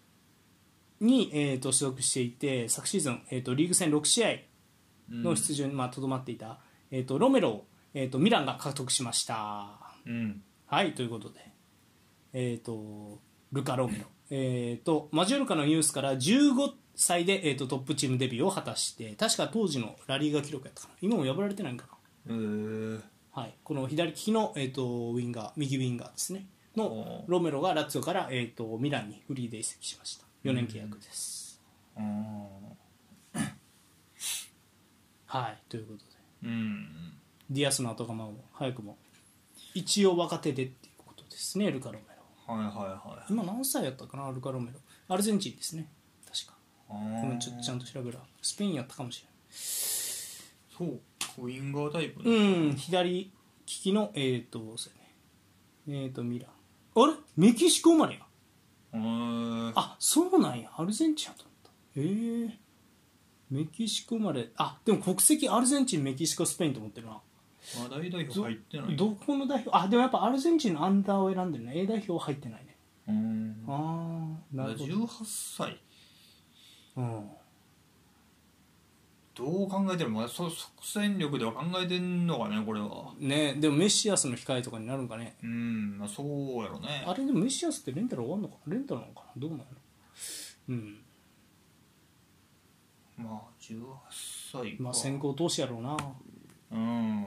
Speaker 1: に、えー、と所属していて昨シーズン、えー、とリーグ戦6試合の出場にまあとど、まっていた、えー、とロメロを、えー、とミランが獲得しました
Speaker 2: うん
Speaker 1: はいということでえっ、とルカ・ロメロえっとマジョルカのユースから15歳で、えー、とトップチームデビューを果たして確か当時のラリーガ記録やったかな今も破られてないんか
Speaker 2: へえー、
Speaker 1: なはいこの左利きの、えー、とウィンガー右ウィンガーですねの
Speaker 2: おー
Speaker 1: ロメロがラツィオから、えー、とミランにフリーで移籍しました4年契約です、
Speaker 2: うん
Speaker 1: はいということで
Speaker 2: うん
Speaker 1: ディアスの後釜も早くも一応若手でっていうことですねルカ・ロメロ
Speaker 2: はいはいはい
Speaker 1: 今何歳やったかなルカ・ロメロアルゼンチンですね確か
Speaker 2: あー
Speaker 1: ごめんちょっとちゃんと調べるわスペインやったかもし
Speaker 2: そうウインガータイプ
Speaker 1: れ
Speaker 2: ね
Speaker 1: ないうん左利きのえっ、ー、とそうやねえっ、ー、とミランあれメキシコ生まれや
Speaker 2: うんあ
Speaker 1: あそうなんやアルゼンチンやと思ったへえメキシコ生まれあでも国籍アルゼンチンメキシコスペインと思ってるな
Speaker 2: 話題代表入ってない
Speaker 1: どこの代表あでもやっぱアルゼンチンのアンダーを選んでるね A 代表入ってないね
Speaker 2: うん
Speaker 1: ああなるほど、
Speaker 2: 18歳
Speaker 1: うん、
Speaker 2: どう考えてるまだそ即戦力では考えてんのかねこれは
Speaker 1: ねでもメシアスの控えとかになるんかね
Speaker 2: うんまあそうやろね
Speaker 1: あれでもメシアスってレンタル終わんのかレンタルなのかなどうなのうん
Speaker 2: まあ18歳か
Speaker 1: まあ先行投資やろうな
Speaker 2: うん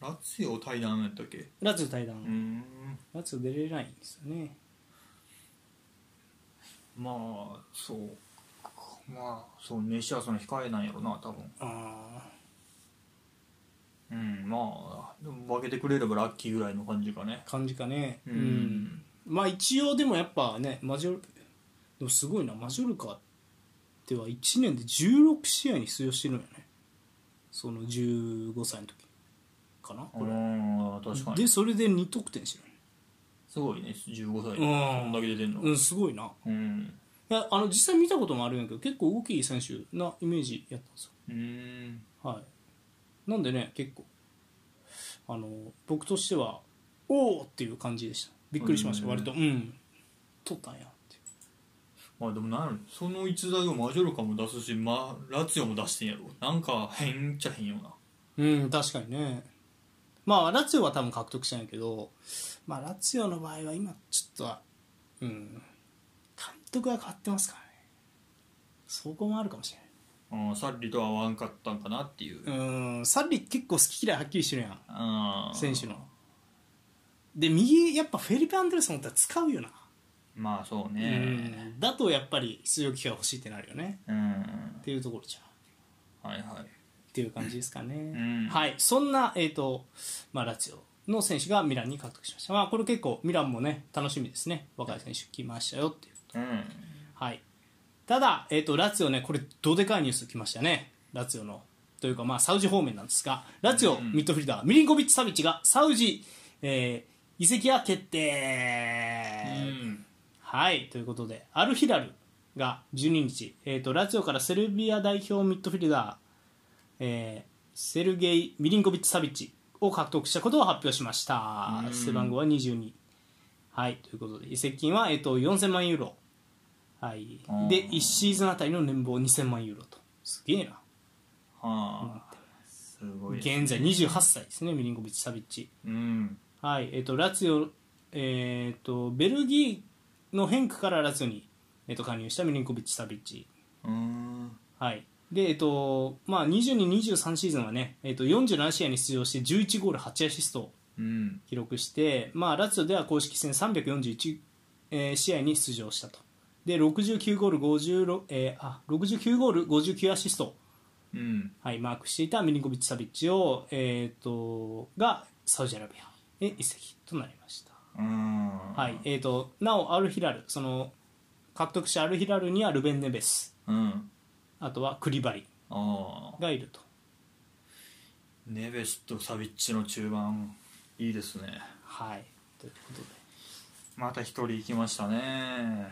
Speaker 2: ラツィオ対談やったっけ
Speaker 1: ラツィオ対
Speaker 2: う
Speaker 1: 談
Speaker 2: ん
Speaker 1: ラツィオ出れないんですよね
Speaker 2: まあそうまあそう飯はその控えなんやろな多分
Speaker 1: あ
Speaker 2: うんまあでも負けてくれればラッキーぐらいの感じかね
Speaker 1: あ感じかね
Speaker 2: う
Speaker 1: うんん、まあ一応でもやっぱねマジョルでもすごいなマジョルカでは1年で16試合に出場してるんよねその15歳の時かなこれ
Speaker 2: うん確かに
Speaker 1: でそれで2得点して
Speaker 2: すごいね15歳
Speaker 1: る
Speaker 2: こんだけ出てんの
Speaker 1: うん、うん、すごいな
Speaker 2: うん
Speaker 1: いやあの実際見たこともあるんやけど結構大きい選手なイメージやったんですよ
Speaker 2: うん
Speaker 1: はい、なんでね結構あの僕としてはおおっていう感じでしたびっくりしました、
Speaker 2: うん
Speaker 1: 割とうん取ったんやってい
Speaker 2: まあでもなんやろその逸材をマジョルカも出すし、まあ、ラツィオも出してんやろなんか変っちゃ変よな
Speaker 1: ううん確かにねまあラツィオは多分獲得したんやけど、まあ、ラツィオの場合は今ちょっとはうん監督が変わってますからねそこもあるかもし
Speaker 2: あーサッリとは合わんかったんかなっていう、
Speaker 1: れないうんサッリ結構好き嫌いはっきりしてるやん
Speaker 2: あー
Speaker 1: 選手ので右やっぱフェリペ・アンデルソンだったら使うよな
Speaker 2: まあそう
Speaker 1: う
Speaker 2: ね
Speaker 1: んだとやっぱり出場機会欲しいってなるよね
Speaker 2: うん、
Speaker 1: っていうところじゃんっ
Speaker 2: はいはい
Speaker 1: ていう感じですかね、
Speaker 2: ん
Speaker 1: はいそんな、えーとまあ、ラチオの選手がミランに獲得しました、まあ、これ結構ミランもね楽しみですね若い選手来ましたよっていう
Speaker 2: うん
Speaker 1: はいただ、えー、とラツィオねこれどでかいニュース来ましたねラツィオのというか、まあ、サウジ方面なんですがラツィオ
Speaker 2: うん
Speaker 1: ミッドフィルダーミリンコビッチ・サビッチがサウジ、えー移籍が決定、
Speaker 2: うん
Speaker 1: はい、ということで、アルヒラルが12日、えーと、ラツィオからセルビア代表ミッドフィルダー、えーセルゲイ・ミリンコビッチ・サビッチを獲得したことを発表しました
Speaker 2: う。ん
Speaker 1: 背番号は22。はい、ということで、移籍金は、えー、と4000万ユーロ。はい
Speaker 2: あー、
Speaker 1: で、1シーズンあたりの年俸2000万ユーロと。すげえな。
Speaker 2: はあすごいね
Speaker 1: 現在28歳ですね、ミリンコビッチ・サビッチ。
Speaker 2: うん
Speaker 1: はい、えっ、と、ラツィオ、えっ、と、ベルギーの変化からラツィオに、えー、と加入したミリンコビッチ・サビッチ。
Speaker 2: うん
Speaker 1: はい。で、えっ、と、まあ、22、23シーズンはね、えっ、と、47試合に出場して11ゴール8アシストを
Speaker 2: うん
Speaker 1: 記録して、まあ、ラツィオでは公式戦341、えー試合に出場したと。で、69ゴール56、えーあ、69ゴール59アシスト、
Speaker 2: うん
Speaker 1: はい、マークしていたミリンコビッチ・サビッチを、えっ、と、が、サウジアラビアへ移籍となりました。
Speaker 2: うん
Speaker 1: はいえー、となお、アルヒラルその獲得したアルヒラルにはルベン・ネベス
Speaker 2: うん
Speaker 1: あとはクリバリ
Speaker 2: ああ
Speaker 1: がいると
Speaker 2: ネベスとサビッチの中盤いいですね
Speaker 1: はいということで
Speaker 2: また一人行きましたね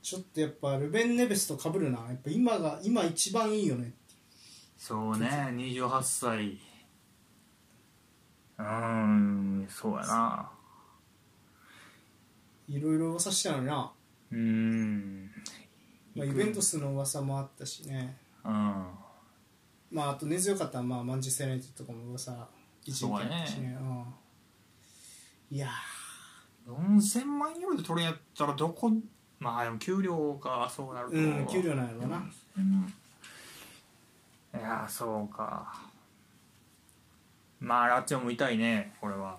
Speaker 1: ちょっとやっぱルベン・ネベスとかぶるなやっぱ今が今一番いいよね
Speaker 2: そうね28歳うーんそうやない
Speaker 1: ろいろ噂してたのにな、
Speaker 2: うーん
Speaker 1: まあ、
Speaker 2: 行
Speaker 1: イ
Speaker 2: く
Speaker 1: ベントスの噂もあったしね、
Speaker 2: うん
Speaker 1: まあ、あと根強かったらまあマンチェスター・ユナイテッドとかも噂一時期あったしねうん、いや
Speaker 2: 4000万ユーロで取れんやったらどこまあでも給料かそうなると
Speaker 1: ーうん給料なんやろうな、
Speaker 2: いやーそうかまあラッチョも痛いねこれは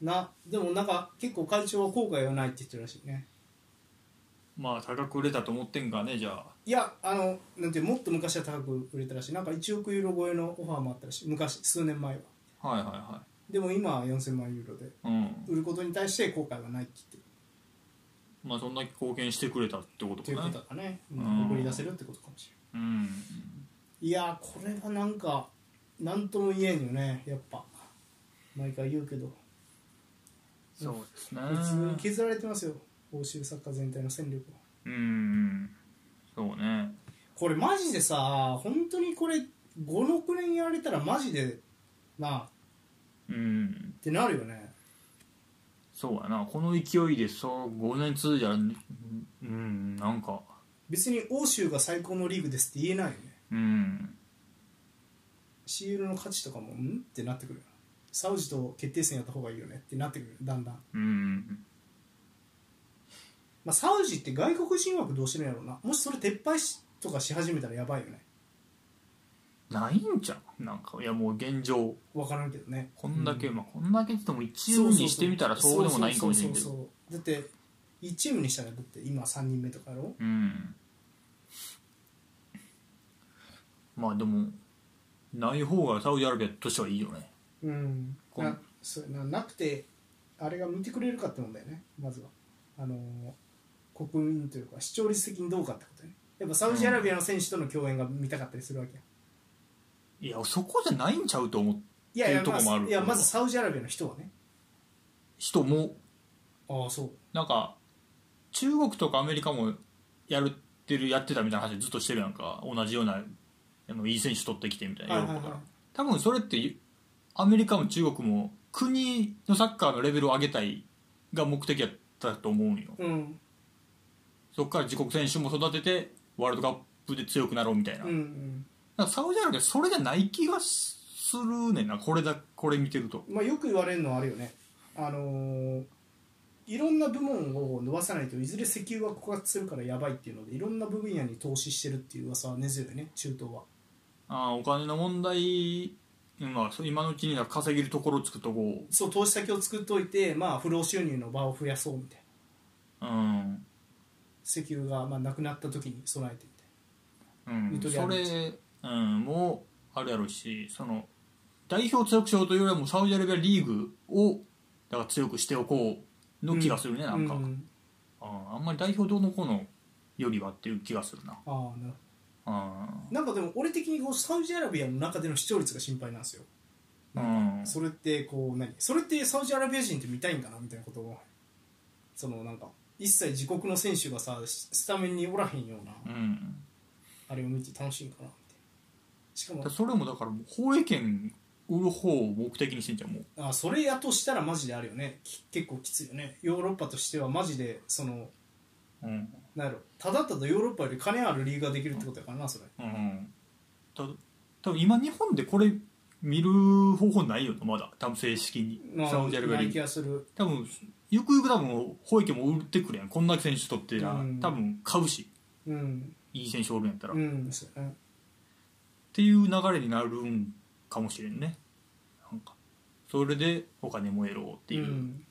Speaker 1: なでもなんか結構会長は後悔はないって言ってるらしいね
Speaker 2: まあ高く売れたと思ってんかねじゃあ
Speaker 1: いやあのなんていうもっと昔は高く売れたらしいなんか1億ユーロ超えのオファーもあったらしい昔数年前は
Speaker 2: はいはいは
Speaker 1: でも今は4000万ユーロで
Speaker 2: いうん
Speaker 1: 売ることに対して後悔はないって言ってる
Speaker 2: まあそんだけ貢献してくれたってこと
Speaker 1: という
Speaker 2: か
Speaker 1: こ
Speaker 2: ね
Speaker 1: とだからね、うん
Speaker 2: うん
Speaker 1: 送り出せるってことかもしれ
Speaker 2: うん
Speaker 1: ないいやーこれはなんかなんとも言えんよねやっぱ毎回言うけど
Speaker 2: そうですね
Speaker 1: 別に削られてますよ欧州サッカー全体の戦力は
Speaker 2: うんそうね
Speaker 1: これマジでさ本当にこれ56年やられたらマジでなあ
Speaker 2: うん
Speaker 1: ってなるよね
Speaker 2: そうやなこの勢いでそう5年続いたらうんうんなんか
Speaker 1: 別に欧州が最高のリーグですって言えないよね
Speaker 2: うん、
Speaker 1: CL の価値とかもんってなってくるよサウジと決定戦やった方がいいよねってなってくるよだんだん、
Speaker 2: うん、
Speaker 1: まあ、サウジって外国人枠どうしてるんやろうなもしそれ撤廃しとかし始めたらやばいよね
Speaker 2: ないんじゃんなんかいやもう現状
Speaker 1: 分からんけどね
Speaker 2: こんだけ、
Speaker 1: う
Speaker 2: まあこんだけって言っても1チームにしてみたらそうでもないんかもしれんけ
Speaker 1: そう
Speaker 2: ど
Speaker 1: そうそうそうだって1チームにしたらだって今3人目とかやろ
Speaker 2: うんまあでもない方がサウジアラビアとしてはいいよね
Speaker 1: うん
Speaker 2: こん
Speaker 1: なそうななくてあれが見てくれるかって問題ねまずはあのー国民というか視聴率的にどうかってことねやっぱサウジアラビアの選手との共演が見たかったりするわけや、
Speaker 2: いやそこじゃないんちゃうと思う
Speaker 1: いやい
Speaker 2: っ
Speaker 1: や
Speaker 2: ていう
Speaker 1: ま
Speaker 2: とこもある
Speaker 1: ずいやまずサウジアラビアの人はね
Speaker 2: 人も
Speaker 1: ああそう
Speaker 2: なんか中国とかアメリカもやるってるやってたみたいな話ずっとしてるやんか同じようなあのいい選手取ってきてみたいなヨーロッパから、
Speaker 1: はいはいはい
Speaker 2: 多分それってアメリカも中国も国のサッカーのレベルを上げたいが目的やったと思うんよ
Speaker 1: うん
Speaker 2: そこから自国選手も育ててワールドカップで強くなろうみたいな,、
Speaker 1: うんうん
Speaker 2: なんかサウジアラビアそれじゃない気がするねんなこれだこれ見てると
Speaker 1: まあ、よく言われるのはあるよね、あのーいろんな部門を伸ばさないといずれ石油は枯渇するからやばいっていうのでいろんな部分野に投資してるっていう噂は根強いよね中東は
Speaker 2: あーお金の問題、まあ、そう今のうちには稼げるところをつくとこ
Speaker 1: そう投資先を作っといて、まあ、不労収入の場を増やそうみたいな
Speaker 2: うん、
Speaker 1: 石油がまあなくなった時に備えてみたい
Speaker 2: うん
Speaker 1: ゆ、とりあ
Speaker 2: そ
Speaker 1: るやつ
Speaker 2: れ、うん、もあるやろうしその代表強くしようというよりはもうサウジアラビアリーグをだから強くしておこうの気がするね、
Speaker 1: な
Speaker 2: なんか、
Speaker 1: う
Speaker 2: うん、
Speaker 1: ん
Speaker 2: あんまり代表どうのこうのよりはっていう気がするな
Speaker 1: ああなるほ
Speaker 2: う
Speaker 1: どなんかでも俺的にこうサウジアラビアの中での視聴率が心配なんですよ
Speaker 2: ん、うん、
Speaker 1: それってこう何それってサウジアラビア人って見たいんかなみたいなことをそのなんか一切自国の選手がさススタメンにおらへんような
Speaker 2: うん
Speaker 1: あれを見て楽しいんかなみたいなしかも
Speaker 2: それもだからもう放映権売る方を目的にしてんじゃんもう
Speaker 1: あそれやとしたらマジであるよねき結構きついよねヨーロッパとしてはマジでその
Speaker 2: うん、
Speaker 1: なんやろただただヨーロッパより金あるリーグができるってことやからなそれ
Speaker 2: うん、た多分今日本でこれ見る方法ないよなまだ多分正式にサウジアラビア
Speaker 1: な
Speaker 2: リ
Speaker 1: い
Speaker 2: ー
Speaker 1: 気
Speaker 2: グ
Speaker 1: がする
Speaker 2: 多分ゆくゆく多分保育も売ってくるやんこんな選手取ってな、
Speaker 1: うん
Speaker 2: 多分買うし
Speaker 1: うん
Speaker 2: いい選手おるんやったら、
Speaker 1: う
Speaker 2: っ
Speaker 1: んそうやね
Speaker 2: ていう流れになるんかもしれんねなんかそれでお金も得ろうっていう、
Speaker 1: ん、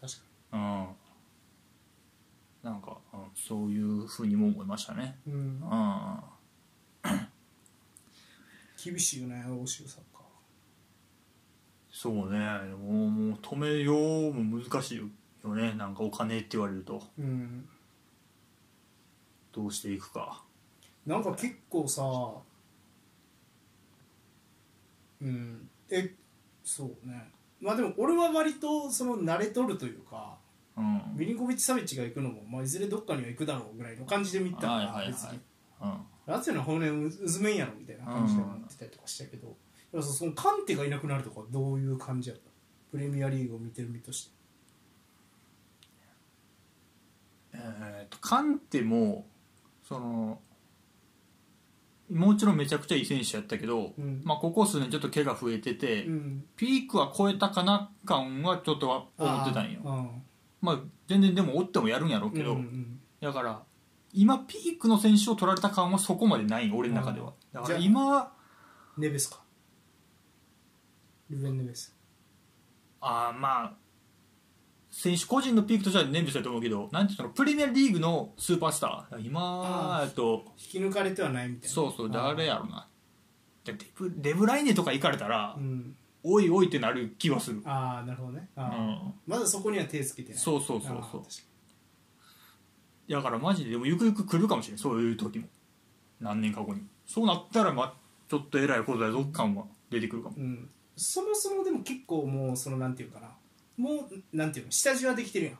Speaker 1: 確か
Speaker 2: うんなんか、うん、そういうふうにも思いましたね。
Speaker 1: に、うん
Speaker 2: う、ん
Speaker 1: 厳しいよね欧州サッカー
Speaker 2: そうねもうもう止めようも難しいよねなんかお金って言われると
Speaker 1: うん
Speaker 2: どうしていくか
Speaker 1: なんか結構さうんえそうねまあでも俺は割とその慣れとるというか
Speaker 2: うん
Speaker 1: ミリンコビッチ・サビッチが行くのも、まあ、いずれどっかには行くだろうぐらいの感じで見たから、
Speaker 2: はいはいはい
Speaker 1: 別に
Speaker 2: うん
Speaker 1: ラツィオの骨うずめんやろみたいな感じで思ってたりとかしたけど、でもそそのカンテがいなくなるとかどういう感じやったプレミアリーグを見てる身として
Speaker 2: えー、とカンテもそのもちろんめちゃくちゃいい選手やったけど、
Speaker 1: うん
Speaker 2: まあ、ここ数年ちょっと怪我増えてて、
Speaker 1: うん
Speaker 2: ピークは超えたかな感はちょっとは思ってたんよ
Speaker 1: あ
Speaker 2: まあ、全然でも追ってもやるんやろう
Speaker 1: ー
Speaker 2: けど、
Speaker 1: うんうん
Speaker 2: だから今ピークの選手を取られた感はそこまでない俺の中では、
Speaker 1: うん
Speaker 2: だから
Speaker 1: じゃあ
Speaker 2: 今は
Speaker 1: ネベスかルベン・ネベス
Speaker 2: あーまあ選手個人のピークとしては年別だと思うけどなんていうのプレミアリーグのスーパースター今
Speaker 1: あー
Speaker 2: えっと
Speaker 1: 引き抜かれてはないみたいな
Speaker 2: そうそう誰
Speaker 1: や
Speaker 2: やろなデブデブライネとか行かれたら、
Speaker 1: うん
Speaker 2: おいおいってなる気はする、
Speaker 1: ああなるほどね
Speaker 2: う
Speaker 1: あー、
Speaker 2: ん、
Speaker 1: まだそこには手つけてない
Speaker 2: そうそうそう
Speaker 1: あー
Speaker 2: そう
Speaker 1: 確かに
Speaker 2: だからマジででもゆくゆく来るかもしれないそういう時も何年か後にそうなったら、ま、ちょっとえらいことだぞ感は出てくるかも
Speaker 1: うん、そもそもでも結構もうそのなんていうかなもうなんていうの下地はできてるやん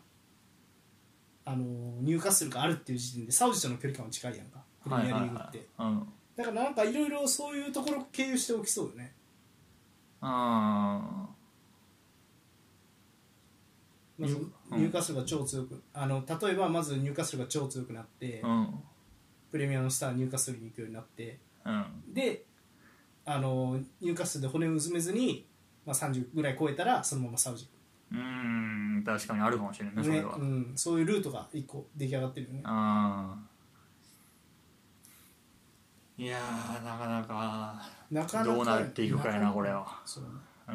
Speaker 1: あの入荷するがあるっていう時点でサウジとの距離感は近いやんかプレミアリーグって、
Speaker 2: はいはいはいうん
Speaker 1: だからなんかいろいろそういうところ経由しておきそうよね
Speaker 2: あ
Speaker 1: まず
Speaker 2: うん
Speaker 1: 入荷するが超強く、あの例えばまず入荷するが超強くなって、
Speaker 2: ーうん
Speaker 1: プレミアのスター入荷するに行くようになって
Speaker 2: うん
Speaker 1: であの入荷数で骨をうずめずに、まあ、30ぐらい超えたらそのままサウジ
Speaker 2: うーん確かにあるかもしれないねそ
Speaker 1: ね
Speaker 2: れ
Speaker 1: う
Speaker 2: は、
Speaker 1: ん、そういうルートが一個出来上がってるよね
Speaker 2: あーいやーなかなか
Speaker 1: なかなか
Speaker 2: どうなっていくかやなこれは
Speaker 1: そうね
Speaker 2: うん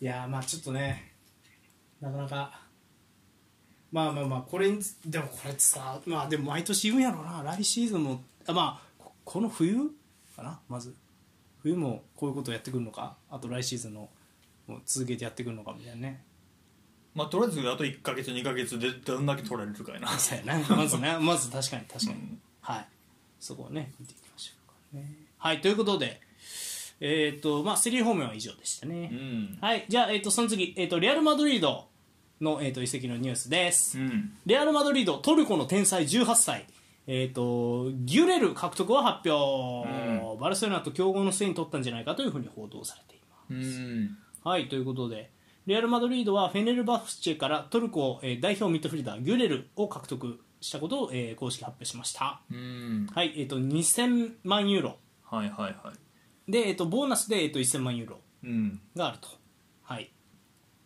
Speaker 1: いやーまあちょっとねなかなかまあまあまあこれにつでもこれってさまあでも毎年言うんやろうな来シーズンもあまあここの冬かなまず冬もこういうことをやってくるのかあと来シーズンのもう続けてやってくるのかみたいなね
Speaker 2: まあとりあえずあと1か月2か月でどんだけ取られるかやな
Speaker 1: そうやな まずねまず確かに確かに、
Speaker 2: うん
Speaker 1: はいそこをね見ていきましょうかねはいということでえっ、とまあセリー方面は以上でしたね、
Speaker 2: うん
Speaker 1: はいじゃあ、えっとその次、えっとレアル・マドリードの、えっと移籍のニュースです、
Speaker 2: うん
Speaker 1: レアル・マドリードトルコの天才18歳えっ、とギュレル獲得を発表、
Speaker 2: う
Speaker 1: バルセロナと競合の末に取ったんじゃないかというふうに報道されています
Speaker 2: うん
Speaker 1: はい、ということで、レアル・マドリードはフェネルバフチェからトルコ、えー代表ミッドフィルダー、ギュレルを獲得したことを、えー公式発表しました。
Speaker 2: うん
Speaker 1: はい、えっ、と、2000万ユーロ。
Speaker 2: はいはいはい
Speaker 1: で、えっ、と、ボーナスで、えっ、と、1000万ユーロ
Speaker 2: うん
Speaker 1: があると。はい。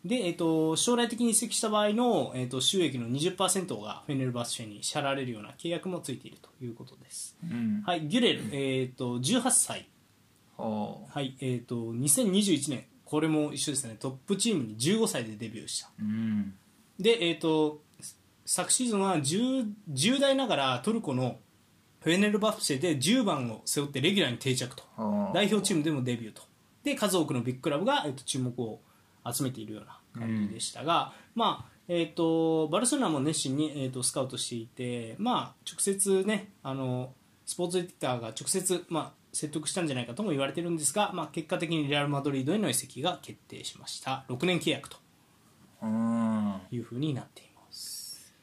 Speaker 1: で、えっ、と、将来的に移籍した場合の、えっ、と、収益の20%がフェネルバフチェに支払われるような契約もついているということです。
Speaker 2: うん
Speaker 1: はい、ギュレル、えっ、と、18歳。
Speaker 2: はあ
Speaker 1: はい、えっ、と、2021年、これも一緒ですね、トップチームに15歳でデビューした。
Speaker 2: うん
Speaker 1: で、えー、と昨シーズンは 10, 10代ながらトルコのフェネルバフチェで10番を背負ってレギュラーに定着と
Speaker 2: はあ
Speaker 1: 代表チームでもデビューとで数多くのビッグクラブが、えー、と注目を集めているような感じでしたが、まあえー、とバルセロナも熱心に、えー、とスカウトしていて、まあ、直接、ね、あのスポーツエディターが直接、まあ、説得したんじゃないかとも言われているんですが、まあ、結果的にレアル・マドリードへの移籍が決定しました6年契約と
Speaker 2: うん
Speaker 1: いうふうになっています。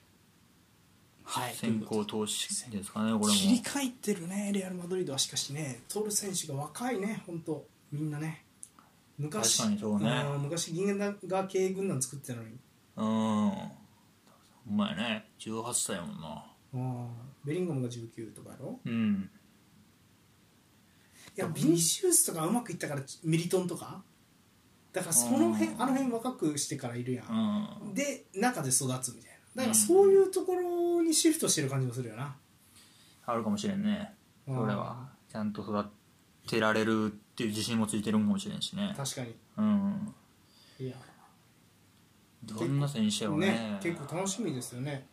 Speaker 1: はい、
Speaker 2: 先行投資ですかねこれも
Speaker 1: 切り替えてるね、レアル・マドリードはしかしね、トル選手が若いね、本当、みんなね、昔、
Speaker 2: 確かにそうね
Speaker 1: うん昔、銀河が経営軍団作ってたのに、
Speaker 2: うんお前ね18歳やもんな
Speaker 1: うんベリンガムが19とかやろ、
Speaker 2: うん
Speaker 1: いや、ビニシウスとかうまくいったから、ミリトンとか、だからその辺、
Speaker 2: うん
Speaker 1: あの辺若くしてからいるや、
Speaker 2: うんん
Speaker 1: で、中で育つみたいな、だからそういうところにシフトしてる感じもするよな。
Speaker 2: あるかもしれんねそれはちゃんと育てられるっていう自信もついてるんかもしれんしね
Speaker 1: 確かに
Speaker 2: うん
Speaker 1: いや
Speaker 2: どんな選手やろうね
Speaker 1: 結構楽しみですよね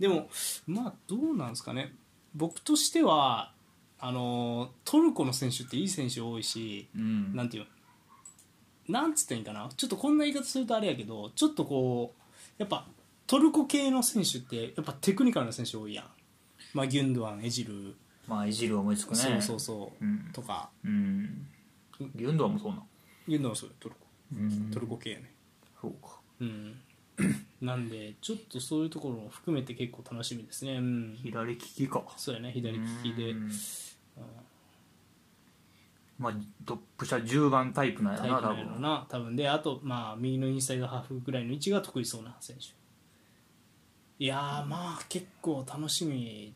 Speaker 1: でもまあどうなんですかね僕としてはあのトルコの選手っていい選手多いし
Speaker 2: うん
Speaker 1: なんていうなんつったらいいんかなちょっとこんな言い方するとあれやけどちょっとこうやっぱトルコ系の選手ってやっぱテクニカルな選手多いやん、まあ、ギュンドアンエジル、
Speaker 2: まあいじる思いつくね
Speaker 1: そうそうそう、
Speaker 2: うん
Speaker 1: とか
Speaker 2: うんギュンドアンもそうな
Speaker 1: ギュンドアンはそうよトルコ
Speaker 2: うん
Speaker 1: トルコ系やね、
Speaker 2: そうか
Speaker 1: うん、なんでちょっとそういうところも含めて結構楽しみですね、うん、
Speaker 2: 左利きか
Speaker 1: そうやね左利きで
Speaker 2: うんまあトップ下10番タイプなんや
Speaker 1: タイプ
Speaker 2: ろな
Speaker 1: なん
Speaker 2: 多
Speaker 1: やろ
Speaker 2: 分
Speaker 1: な多分であとまあ右のインサイドハーフぐらいの位置が得意そうな選手いやーまあ結構楽しみ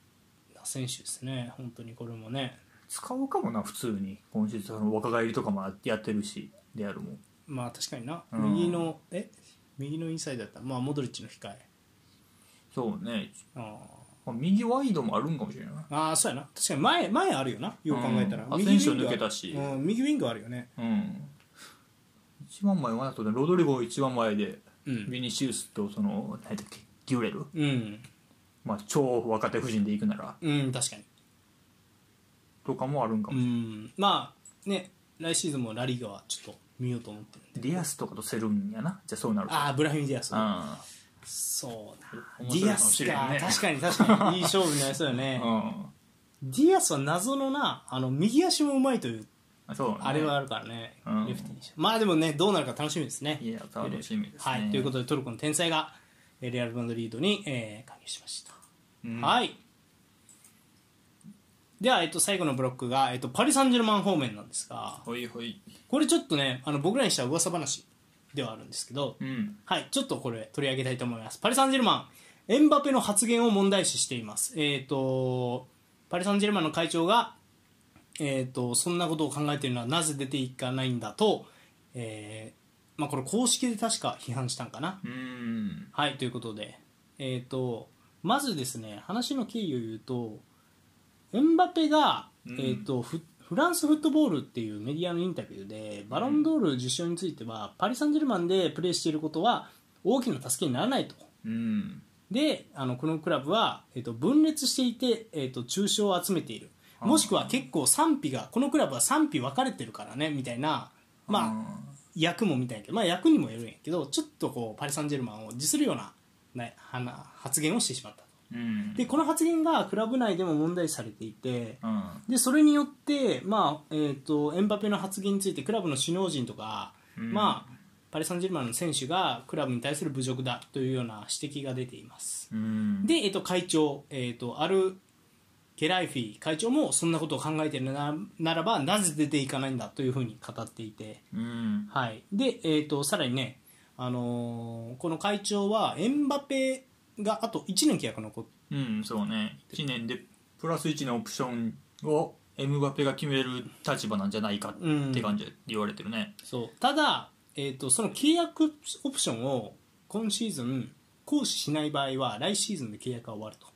Speaker 1: な選手ですね本当にこれもね
Speaker 2: 使うかもな普通に今シーズンその若返りとかもやってるしであるもん
Speaker 1: まあ確かにな、
Speaker 2: うん
Speaker 1: 右のえ右のインサイドだったらまあモドリッチの控え
Speaker 2: そうね、
Speaker 1: あ
Speaker 2: まあ、右ワイドもあるんかもしれない
Speaker 1: ーあーそうやな確かに前前あるよなよく考えたら、
Speaker 2: うん
Speaker 1: 右ウィング
Speaker 2: アセンシオ抜けたし
Speaker 1: うん、右ウィングあるよね
Speaker 2: うん一番前はなとねロドリゴ一番前で
Speaker 1: うん、
Speaker 2: ビニシウスとその何だっけデュレル、
Speaker 1: うん
Speaker 2: まあ、超若手夫人で行くなら
Speaker 1: うん、確かに
Speaker 2: とかもあるんか
Speaker 1: う
Speaker 2: も、
Speaker 1: んまあね来シーズンもラリーガはちょっと見ようと思ってるんで
Speaker 2: ディアスとかとセルンやなじゃあそうなると
Speaker 1: ああブラヒミディアス
Speaker 2: あ
Speaker 1: そうな
Speaker 2: 面
Speaker 1: ディ
Speaker 2: 白い
Speaker 1: ア
Speaker 2: かも
Speaker 1: ス
Speaker 2: しれ
Speaker 1: か、
Speaker 2: んね
Speaker 1: 確かに確かにいい勝負になりそうよ
Speaker 2: う
Speaker 1: ね
Speaker 2: ん、うん
Speaker 1: ディアスは謎のなあの右足もうまいという
Speaker 2: あそうね
Speaker 1: あれはあるからね、
Speaker 2: うん
Speaker 1: レフティにしまあでもねどうなるか楽しみですね
Speaker 2: いや楽しみですね
Speaker 1: はいということでトルコの天才がえーレアル・マドリードに、えー、加入しました
Speaker 2: うん
Speaker 1: はい。では、えっと、最後のブロックが、えっと、パリ・サンジェルマン方面なんですが、
Speaker 2: ほいほい
Speaker 1: これちょっとね、あの僕らにした噂話ではあるんですけど、
Speaker 2: うん
Speaker 1: はい、ちょっとこれ取り上げたいと思います。パリ・サンジェルマン、エンバペの発言を問題視しています。えっ、と、パリ・サンジェルマンの会長が、えー、とそんなことを考えているのはなぜ出ていかないんだと、えーまあ、これ公式で確か批判したんかな、
Speaker 2: うん
Speaker 1: はい、ということで、えー、とまずですね話の経緯を言うとエンバペが、
Speaker 2: うん
Speaker 1: えー、とフフランスフットボールっていうメディアのインタビューでバロンドール受賞については、パリ・サンジェルマンでプレーしていることは大きな助けにならないと。
Speaker 2: うん
Speaker 1: であのこのクラブは、えー、と分裂していて、えー、と中傷を集めている
Speaker 2: うん
Speaker 1: もしくは結構賛否がこのクラブは賛否分かれてるからねみたいなまあ役もみたいやけどまあ役にもよるんやけどちょっとこうパリ・サンジェルマンを辞するようななはな発言をしてしまった
Speaker 2: うん
Speaker 1: でこの発言がクラブ内でも問題視されていて
Speaker 2: うん
Speaker 1: でそれによって、まあえー、とエンバペの発言についてクラブの首脳陣とか、
Speaker 2: うん
Speaker 1: まあ、パリ・サンジェルマンの選手がクラブに対する侮辱だというような指摘が出ています
Speaker 2: うん
Speaker 1: で、えー、と会長、えー、とアル・ケライフィ会長もそんなことを考えているなならばなぜ出ていかないんだというふうに語っていて、
Speaker 2: うん
Speaker 1: はい、で、えー、とさらにね、あのーこの会長はエンバペがあと1年契約残って
Speaker 2: うんそうね1年でプラス1のオプションをエムバペが決める立場なんじゃないかって感じで言われてるね
Speaker 1: そうただ、えー、とその契約オプションを今シーズン行使しない場合は来シーズンで契約が終わると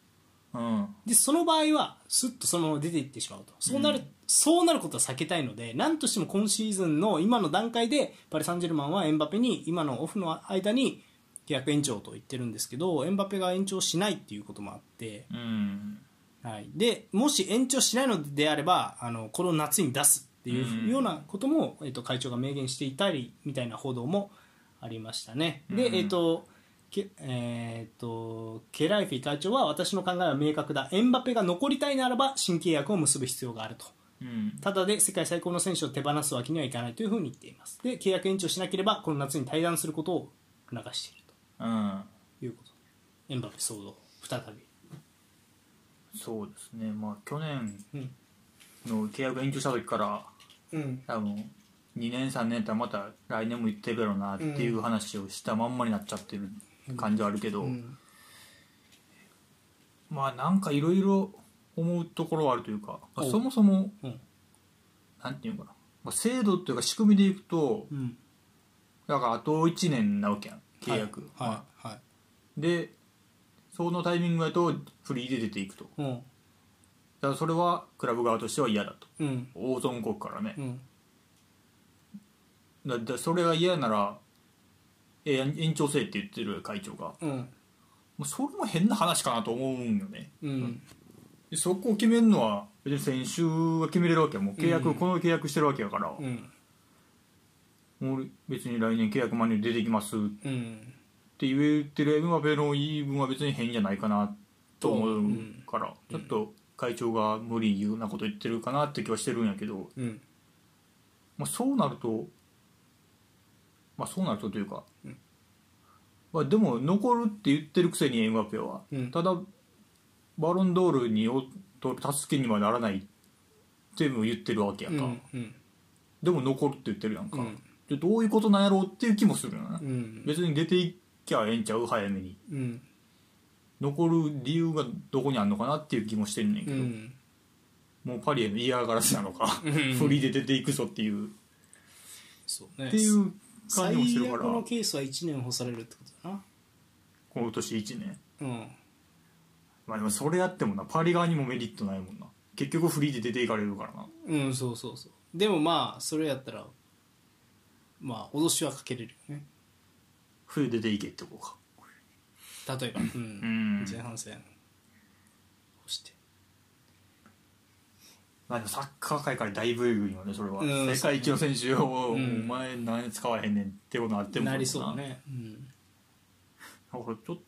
Speaker 2: うん
Speaker 1: でその場合はスッとそのまま出ていってしまうとそうなる,、
Speaker 2: うん
Speaker 1: そうなることは避けたいので何としても今シーズンの今の段階でパリ・サンジェルマンはエンバペに今のオフの間に契約延長と言ってるんですけどエンバペが延長しないっていうこともあって、
Speaker 2: うん
Speaker 1: はい、でもし延長しないのであればあのこの夏に出すっていううんようなことも、えっと、会長が明言していたりみたいな報道もありましたね。で、
Speaker 2: うん
Speaker 1: えっとけえっとケライフィ会長は私の考えは明確だエンバペが残りたいならば新契約を結ぶ必要があると
Speaker 2: うん
Speaker 1: ただで世界最高の選手を手放すわけにはいかないというふうに言っていますで契約延長しなければこの夏に退団することを促している
Speaker 2: うん
Speaker 1: ということエンバペ騒動再
Speaker 2: そうですねまあ去年
Speaker 1: びうん、
Speaker 2: の契約延長した時から
Speaker 1: うん、
Speaker 2: 多分2年3年ってまた来年も行ってるやろなっていう話をしたまんまになっちゃってる感じはあるけど、
Speaker 1: うん
Speaker 2: まあなんかいろいろ思うところはあるというか、まあ
Speaker 1: おう
Speaker 2: そもそも
Speaker 1: うん
Speaker 2: なんていうのかな、まあ、制度っていうか仕組みでいくと
Speaker 1: うん
Speaker 2: だからあと1年なわけやん契約、
Speaker 1: はいはい
Speaker 2: でそのタイミングだとフリーで出ていくと
Speaker 1: う
Speaker 2: だ
Speaker 1: ん
Speaker 2: からそれはクラブ側としては嫌だと
Speaker 1: うん
Speaker 2: オーゾン国からね
Speaker 1: う、ん
Speaker 2: だだそれが嫌ならえー延長せえって言ってる会長が
Speaker 1: うん
Speaker 2: もうそれも変な話かなと思うんよね
Speaker 1: うん
Speaker 2: でそこを決めるのは別に選手が決めれるわけやもう契約、
Speaker 1: うん
Speaker 2: この契約してるわけやから、
Speaker 1: うん
Speaker 2: もう別に来年契約満了で出てきますっ
Speaker 1: うん
Speaker 2: て言ってるエムバペの言い分は別に変じゃないかなと思
Speaker 1: ん
Speaker 2: うから、ちょっと会長が無理言うなこと言ってるかなって気はしてるんやけど、
Speaker 1: うん
Speaker 2: まあ、そうなるとまあそうなるとというか、まあ、でも残るって言ってるくせにエムバペは、
Speaker 1: うん
Speaker 2: ただバロンドールにおと助けにはならないっても言ってるわけやんか、
Speaker 1: うん
Speaker 2: でも残るって言ってるやんか、
Speaker 1: うん
Speaker 2: でどういうことなんやろうっていう気もするよな、
Speaker 1: うん
Speaker 2: 別に出ていきゃええんちゃう早めに
Speaker 1: うん
Speaker 2: 残る理由がどこにあんのかなっていう気もしてんねんけ
Speaker 1: う
Speaker 2: ど、
Speaker 1: ん
Speaker 2: もうパリへの嫌がらせなのか、
Speaker 1: うん
Speaker 2: フリーで出ていくぞっていう、
Speaker 1: そうね
Speaker 2: っていう感
Speaker 1: 最
Speaker 2: じもしてるか
Speaker 1: 悪
Speaker 2: ら
Speaker 1: のケースは1年干されるってことだな
Speaker 2: 今年1年
Speaker 1: うん
Speaker 2: まあでもそれやってもなパリ側にもメリットないもんな結局フリーで出ていかれるからな
Speaker 1: うんそうそうそうでもまあそれやったらまあ脅しはかけれるよね
Speaker 2: 冬出ていけってこうか
Speaker 1: 例えばうん
Speaker 2: ん
Speaker 1: 前半戦干して
Speaker 2: まあ、でもサッカー界からだいぶえぐいよねそれは、
Speaker 1: うん
Speaker 2: 世界一の選手を、
Speaker 1: うん
Speaker 2: お前何使わへんねんってことになっても
Speaker 1: なりそうだねうん
Speaker 2: だからちょっと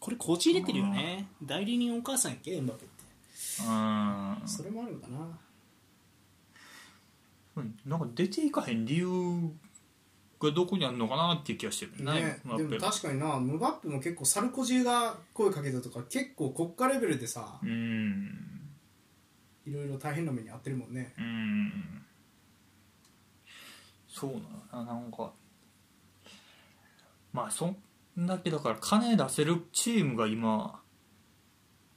Speaker 1: これこじれてるよね代理人お母さんやっけエンバペって
Speaker 2: うん
Speaker 1: それもあるんかな
Speaker 2: うんなんか出ていかへん理由がどこにあるのかなっていう気がしてる
Speaker 1: ね、
Speaker 2: まあ
Speaker 1: で
Speaker 2: や
Speaker 1: も
Speaker 2: っぱ
Speaker 1: 確かになムバップも結構サルコジーが声かけたとか結構国家レベルでさ
Speaker 2: りうん
Speaker 1: いろいろ大変な目に遭ってるもんね
Speaker 2: うんそうなのななんかまあそんだけだから金出せるチームが今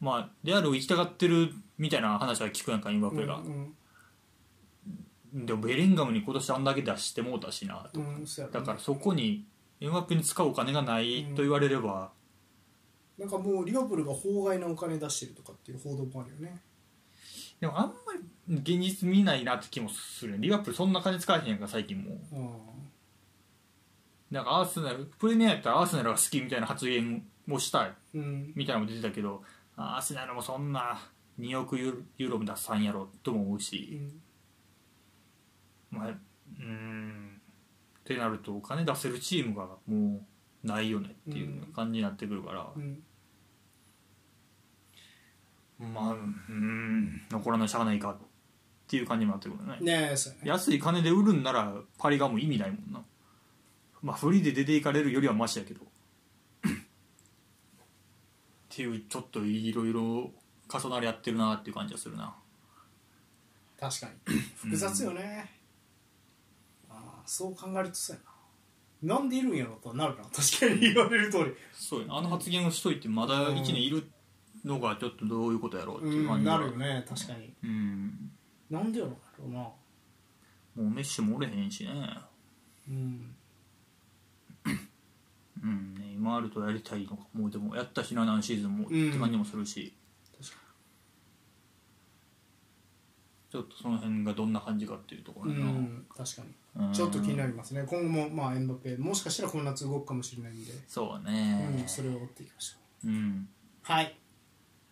Speaker 2: まあレアルを行きたがってるみたいな話は聞くやんか今
Speaker 1: う
Speaker 2: ペが、
Speaker 1: ん
Speaker 2: でもベリンガムに今年あんだけ出してもうたしなと、
Speaker 1: うんうんそうやろ
Speaker 2: だからそこにエムバペに使うお金がないと言われれば、
Speaker 1: なんかもうリオプールが法外なお金出してるとかっていう報道もあるよね
Speaker 2: でもあんまり現実見ないなって気もするよねリバプールそんな金使えへんやんか最近もう
Speaker 1: うん
Speaker 2: なんかアーセナルプレミアやったらアーセナルが好きみたいな発言をしたい
Speaker 1: うん
Speaker 2: みたいなのも出てたけどアーセナルもそんな2億ユーロも出さんやろとも思う
Speaker 1: う
Speaker 2: し、
Speaker 1: ん
Speaker 2: まあ、うーんってなるとお金出せるチームがもうないよねっていう感じになってくるから、
Speaker 1: うん
Speaker 2: まあうーん残らないしゃあないかっていう感じになってくるよね
Speaker 1: ねえそうやね
Speaker 2: 安い金で売るんならパリがもう意味ないもんなまあフリーで出ていかれるよりはマシ やけどっていうちょっといろいろ重なり合ってるなっていう感じがするな
Speaker 1: 確かに複雑よね、ああそう考えるとそうやななんでいるんやろとなるな確かに言われる通 り
Speaker 2: そうやなあの発言をしといてまだ1年いるのがちょっとどういうことやろうっていう感じが
Speaker 1: なるよね確かに
Speaker 2: うん
Speaker 1: なんでやろうな
Speaker 2: もうメッシもおれへんしね
Speaker 1: うん
Speaker 2: うんネイマールとやりたいのかもうでもやったしな何シーズンもっ
Speaker 1: うん
Speaker 2: て感じもするし、
Speaker 1: 確か
Speaker 2: ちょっとその辺がどんな感じかっていうとこ
Speaker 1: に、う
Speaker 2: ろやな、
Speaker 1: ん、確かに
Speaker 2: うん
Speaker 1: ちょっと気になりますね今後もまあエンバペもしかしたらこの夏動くかもしれないんで、
Speaker 2: そうね
Speaker 1: うん、それを追っていきましょう
Speaker 2: うん
Speaker 1: はい。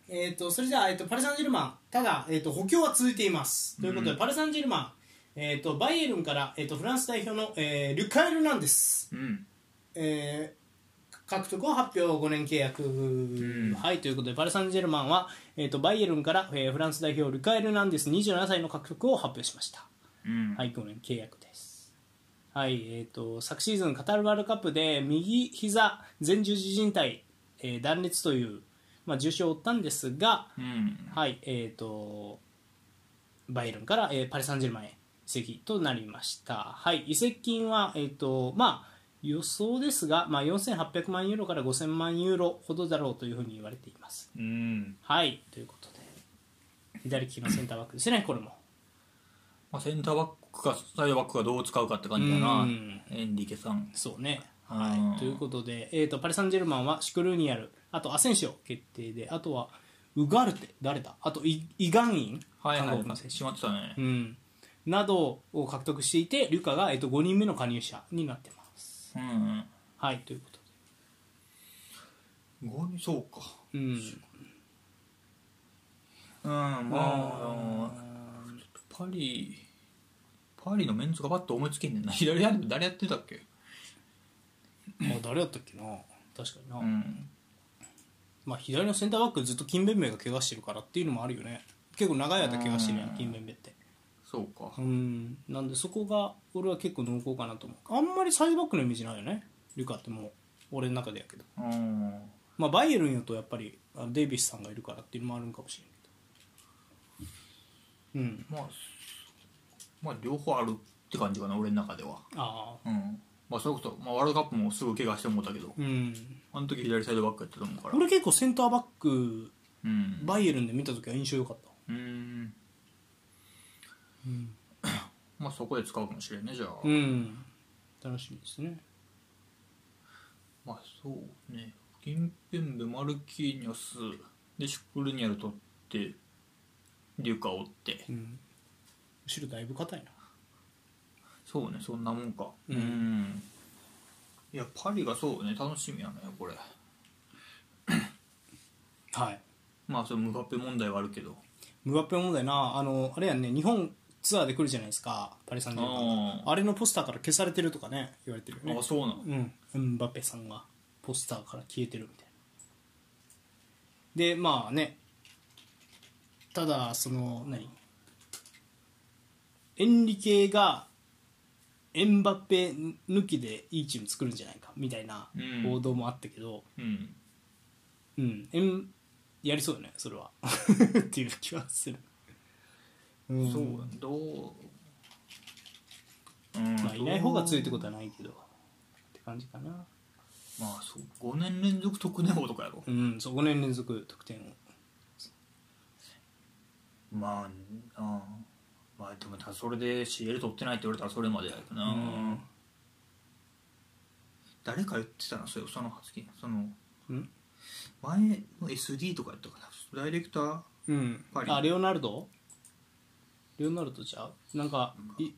Speaker 1: えー、とそれじゃあ、えー、とパル・サンジェルマン、ただ、えー、と補強は続いています。ということで、
Speaker 2: うん
Speaker 1: パル・サンジェルマン、えー、とバイエルンから、えー、とフランス代表の、えーリュカ・エルナンデス、
Speaker 2: うん
Speaker 1: えー獲得を発表、5年契約、
Speaker 2: ん
Speaker 1: はいということで、パル・サンジェルマンは、えー、とバイエルンから、えーフランス代表、ルカ・エルナンデス、27歳の獲得を発表しました。
Speaker 2: うん
Speaker 1: はい、5年契約です。はい、えっ、と、昨シーズンカタールワールドカップで右膝前十字靭帯、えー断裂という、まあ、重傷を負ったんですが、
Speaker 2: うん
Speaker 1: はい、えっ、と、バイエルンから、えーパリ・サンジェルマンへ移籍となりました。はい、移籍金は、えっ、と、まあ、予想ですが、まあ、4800万ユーロから5000万ユーロほどだろうというふうに言われています。
Speaker 2: うん
Speaker 1: はい、ということで、左利きのセンターバックですね、これも。
Speaker 2: まあ、センターバックかサイドバックがどう使うかって感じだな
Speaker 1: うん
Speaker 2: エンリケさん
Speaker 1: そうね。
Speaker 2: う
Speaker 1: は
Speaker 2: ん
Speaker 1: い、ということで、えー、とパリ・サンジェルマンはシュクルーニアルあとアセンシオ決定であとはウガルテ誰だあとイイガンイン、
Speaker 2: はいは
Speaker 1: 韓
Speaker 2: い
Speaker 1: 国の選
Speaker 2: 決まってたね
Speaker 1: 手、うん、などを獲得していてリュカが、えー、と5人目の加入者になってます。
Speaker 2: うん
Speaker 1: はいということ
Speaker 2: 五人そうか
Speaker 1: で、うん
Speaker 2: うんまあパリパリのメンツがパッと思いつけんねんな 左ハンド誰やってたっけ
Speaker 1: まあ、誰やったっけな確かにな、
Speaker 2: うん
Speaker 1: まあ、左のセンターバックずっと金弁明が怪我してるからっていうのもあるよね結構長い間怪我してるやん
Speaker 2: うん
Speaker 1: 金弁明って。
Speaker 2: そうか
Speaker 1: うんなんでそこが俺は結構濃厚かなと思うあんまりサイドバックのイメージないよねリュカってもう俺の中でやけど、
Speaker 2: うん
Speaker 1: まあ、バイエルンやとやっぱりあデイビスさんがいるからっていうのもあるんかもしれんけどうん
Speaker 2: まあまあ両方あるって感じかな俺の中では
Speaker 1: ああ
Speaker 2: うんまあそれこそ、まあ、ワールドカップもすぐ怪我して思ったけど
Speaker 1: うん
Speaker 2: あの時左サイドバックやったと思うから
Speaker 1: 俺結構センターバック
Speaker 2: うん
Speaker 1: バイエルンで見た時は印象良かった
Speaker 2: うん
Speaker 1: うん、
Speaker 2: まあそこで使うかもしれんねじゃあ、
Speaker 1: うん、楽しみですね
Speaker 2: まあそうねキンペンベマルキーニョスでシュクルニアル取ってリュカ追って
Speaker 1: うん後ろだいぶ硬いな
Speaker 2: そうねそんなもんか
Speaker 1: うん
Speaker 2: んいやパリがそうね楽しみやねこれ
Speaker 1: はい
Speaker 2: まあそれムカペ問題はあるけど
Speaker 1: ムバッペ問題なあのあれやんね日本ツアーで来るじゃないですかパリ・サンジェルマンが
Speaker 2: あ
Speaker 1: あれのポスターから消されてるとかね言われてるよね
Speaker 2: あそうなの
Speaker 1: うんエンバペさんがポスターから消えてるみたいなでまあねただその何エンリケがエンバペ抜きでいいチーム作るんじゃないかみたいな
Speaker 2: うん
Speaker 1: 報道もあったけど、
Speaker 2: うん
Speaker 1: うん、エンやりそうだねそれは っていう気はする、うん
Speaker 2: そうどううん
Speaker 1: まあ、いない方が強いって
Speaker 2: ど
Speaker 1: こ
Speaker 2: う
Speaker 1: とはないけどって感じかな
Speaker 2: まあそう5年連続得点王とかやろ
Speaker 1: うんそう5年連続得点を
Speaker 2: まあなあまあでもたそれで CL 取ってないって言われたらそれまでやるな、
Speaker 1: うん
Speaker 2: 誰か言ってたなそれその発言その
Speaker 1: うん、
Speaker 2: 前の SD とかやったかなダイレクター
Speaker 1: うん、
Speaker 2: パリ
Speaker 1: あレオナルドレオナルドじゃうなんかい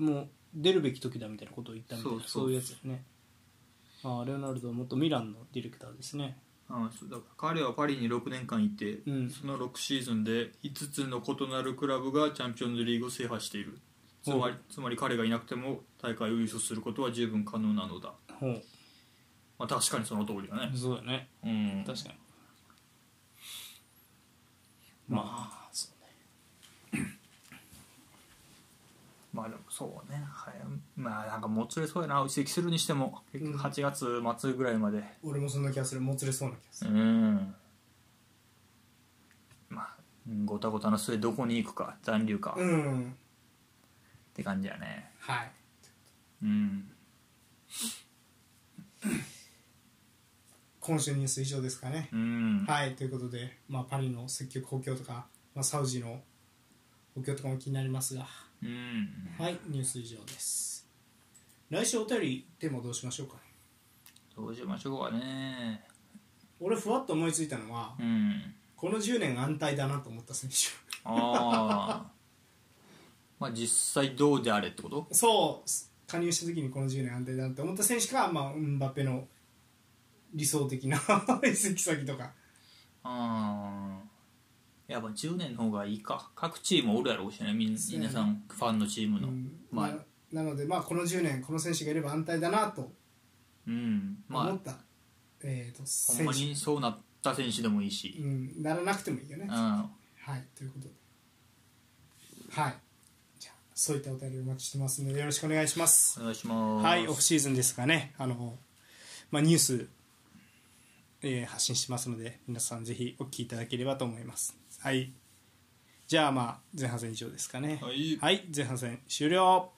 Speaker 1: もう出るべき時だみたいなことを言ったみたいな
Speaker 2: そ
Speaker 1: そうう
Speaker 2: そ
Speaker 1: い
Speaker 2: う
Speaker 1: うやつだよねあレオナルドは元ミランのディレクターですね
Speaker 2: ああそうだから彼はパリに6年間いて、
Speaker 1: うん
Speaker 2: その6シーズンで5つの異なるクラブがチャンピオンズリーグを制覇しているつまりつまり彼がいなくても大会を優勝することは十分可能なのだ、
Speaker 1: ほう
Speaker 2: まあ、確かにその通りだね、
Speaker 1: そうだね
Speaker 2: うん、
Speaker 1: 確かにまあそうね
Speaker 2: まあでもそうね、はい、まあなんかもつれそうやな移籍するにしても結局8月末ぐらいまで
Speaker 1: 俺もそんな気がするもつれそうな気がす
Speaker 2: う
Speaker 1: る
Speaker 2: んまあごたごたの末どこに行くか残留か、
Speaker 1: う
Speaker 2: っ
Speaker 1: ん、
Speaker 2: て感じやね
Speaker 1: はい
Speaker 2: うん
Speaker 1: 今週ニュース以上ですかね、
Speaker 2: うん
Speaker 1: はいということで、まあ、パリの積極補強とか、まあ、サウジの補強とかも気になりますが
Speaker 2: うん
Speaker 1: はいニュース以上です来週お便りテーマどうしましょうかね
Speaker 2: どうしましょうかね
Speaker 1: 俺ふわっと思いついたのは、
Speaker 2: うん
Speaker 1: この10年安泰だなと思った選手
Speaker 2: ああまあ実際どうであれってこと
Speaker 1: そう加入した時にこの10年安定だなって思った選手か、まあ、うんバッペの理想的な 移籍先とか
Speaker 2: ああやっぱ10年の方がいいか各チームおるやろうしねみん
Speaker 1: そうやね
Speaker 2: 皆さんファンのチームの、
Speaker 1: うん
Speaker 2: ま
Speaker 1: な
Speaker 2: あ
Speaker 1: なので、まあ、この10年この選手がいれば安泰だなと
Speaker 2: うんまあ
Speaker 1: 思った、えー、と
Speaker 2: ほん
Speaker 1: 選
Speaker 2: ま
Speaker 1: 手
Speaker 2: にそうなった選手でもいいし、
Speaker 1: うん、ならなくてもいいよね、
Speaker 2: うん、
Speaker 1: は
Speaker 2: はい
Speaker 1: ということではいじゃあそういったお便りお待ちしてますのでよろしくお願いします
Speaker 2: お願いします
Speaker 1: はい、オフシーズンですがね、あのまあ、ニュース、えー発信してますので、皆さんぜひお聞きいただければと思います。はい、じゃあ、まあ、前半戦以上ですかね。
Speaker 2: はい
Speaker 1: 前半戦終了。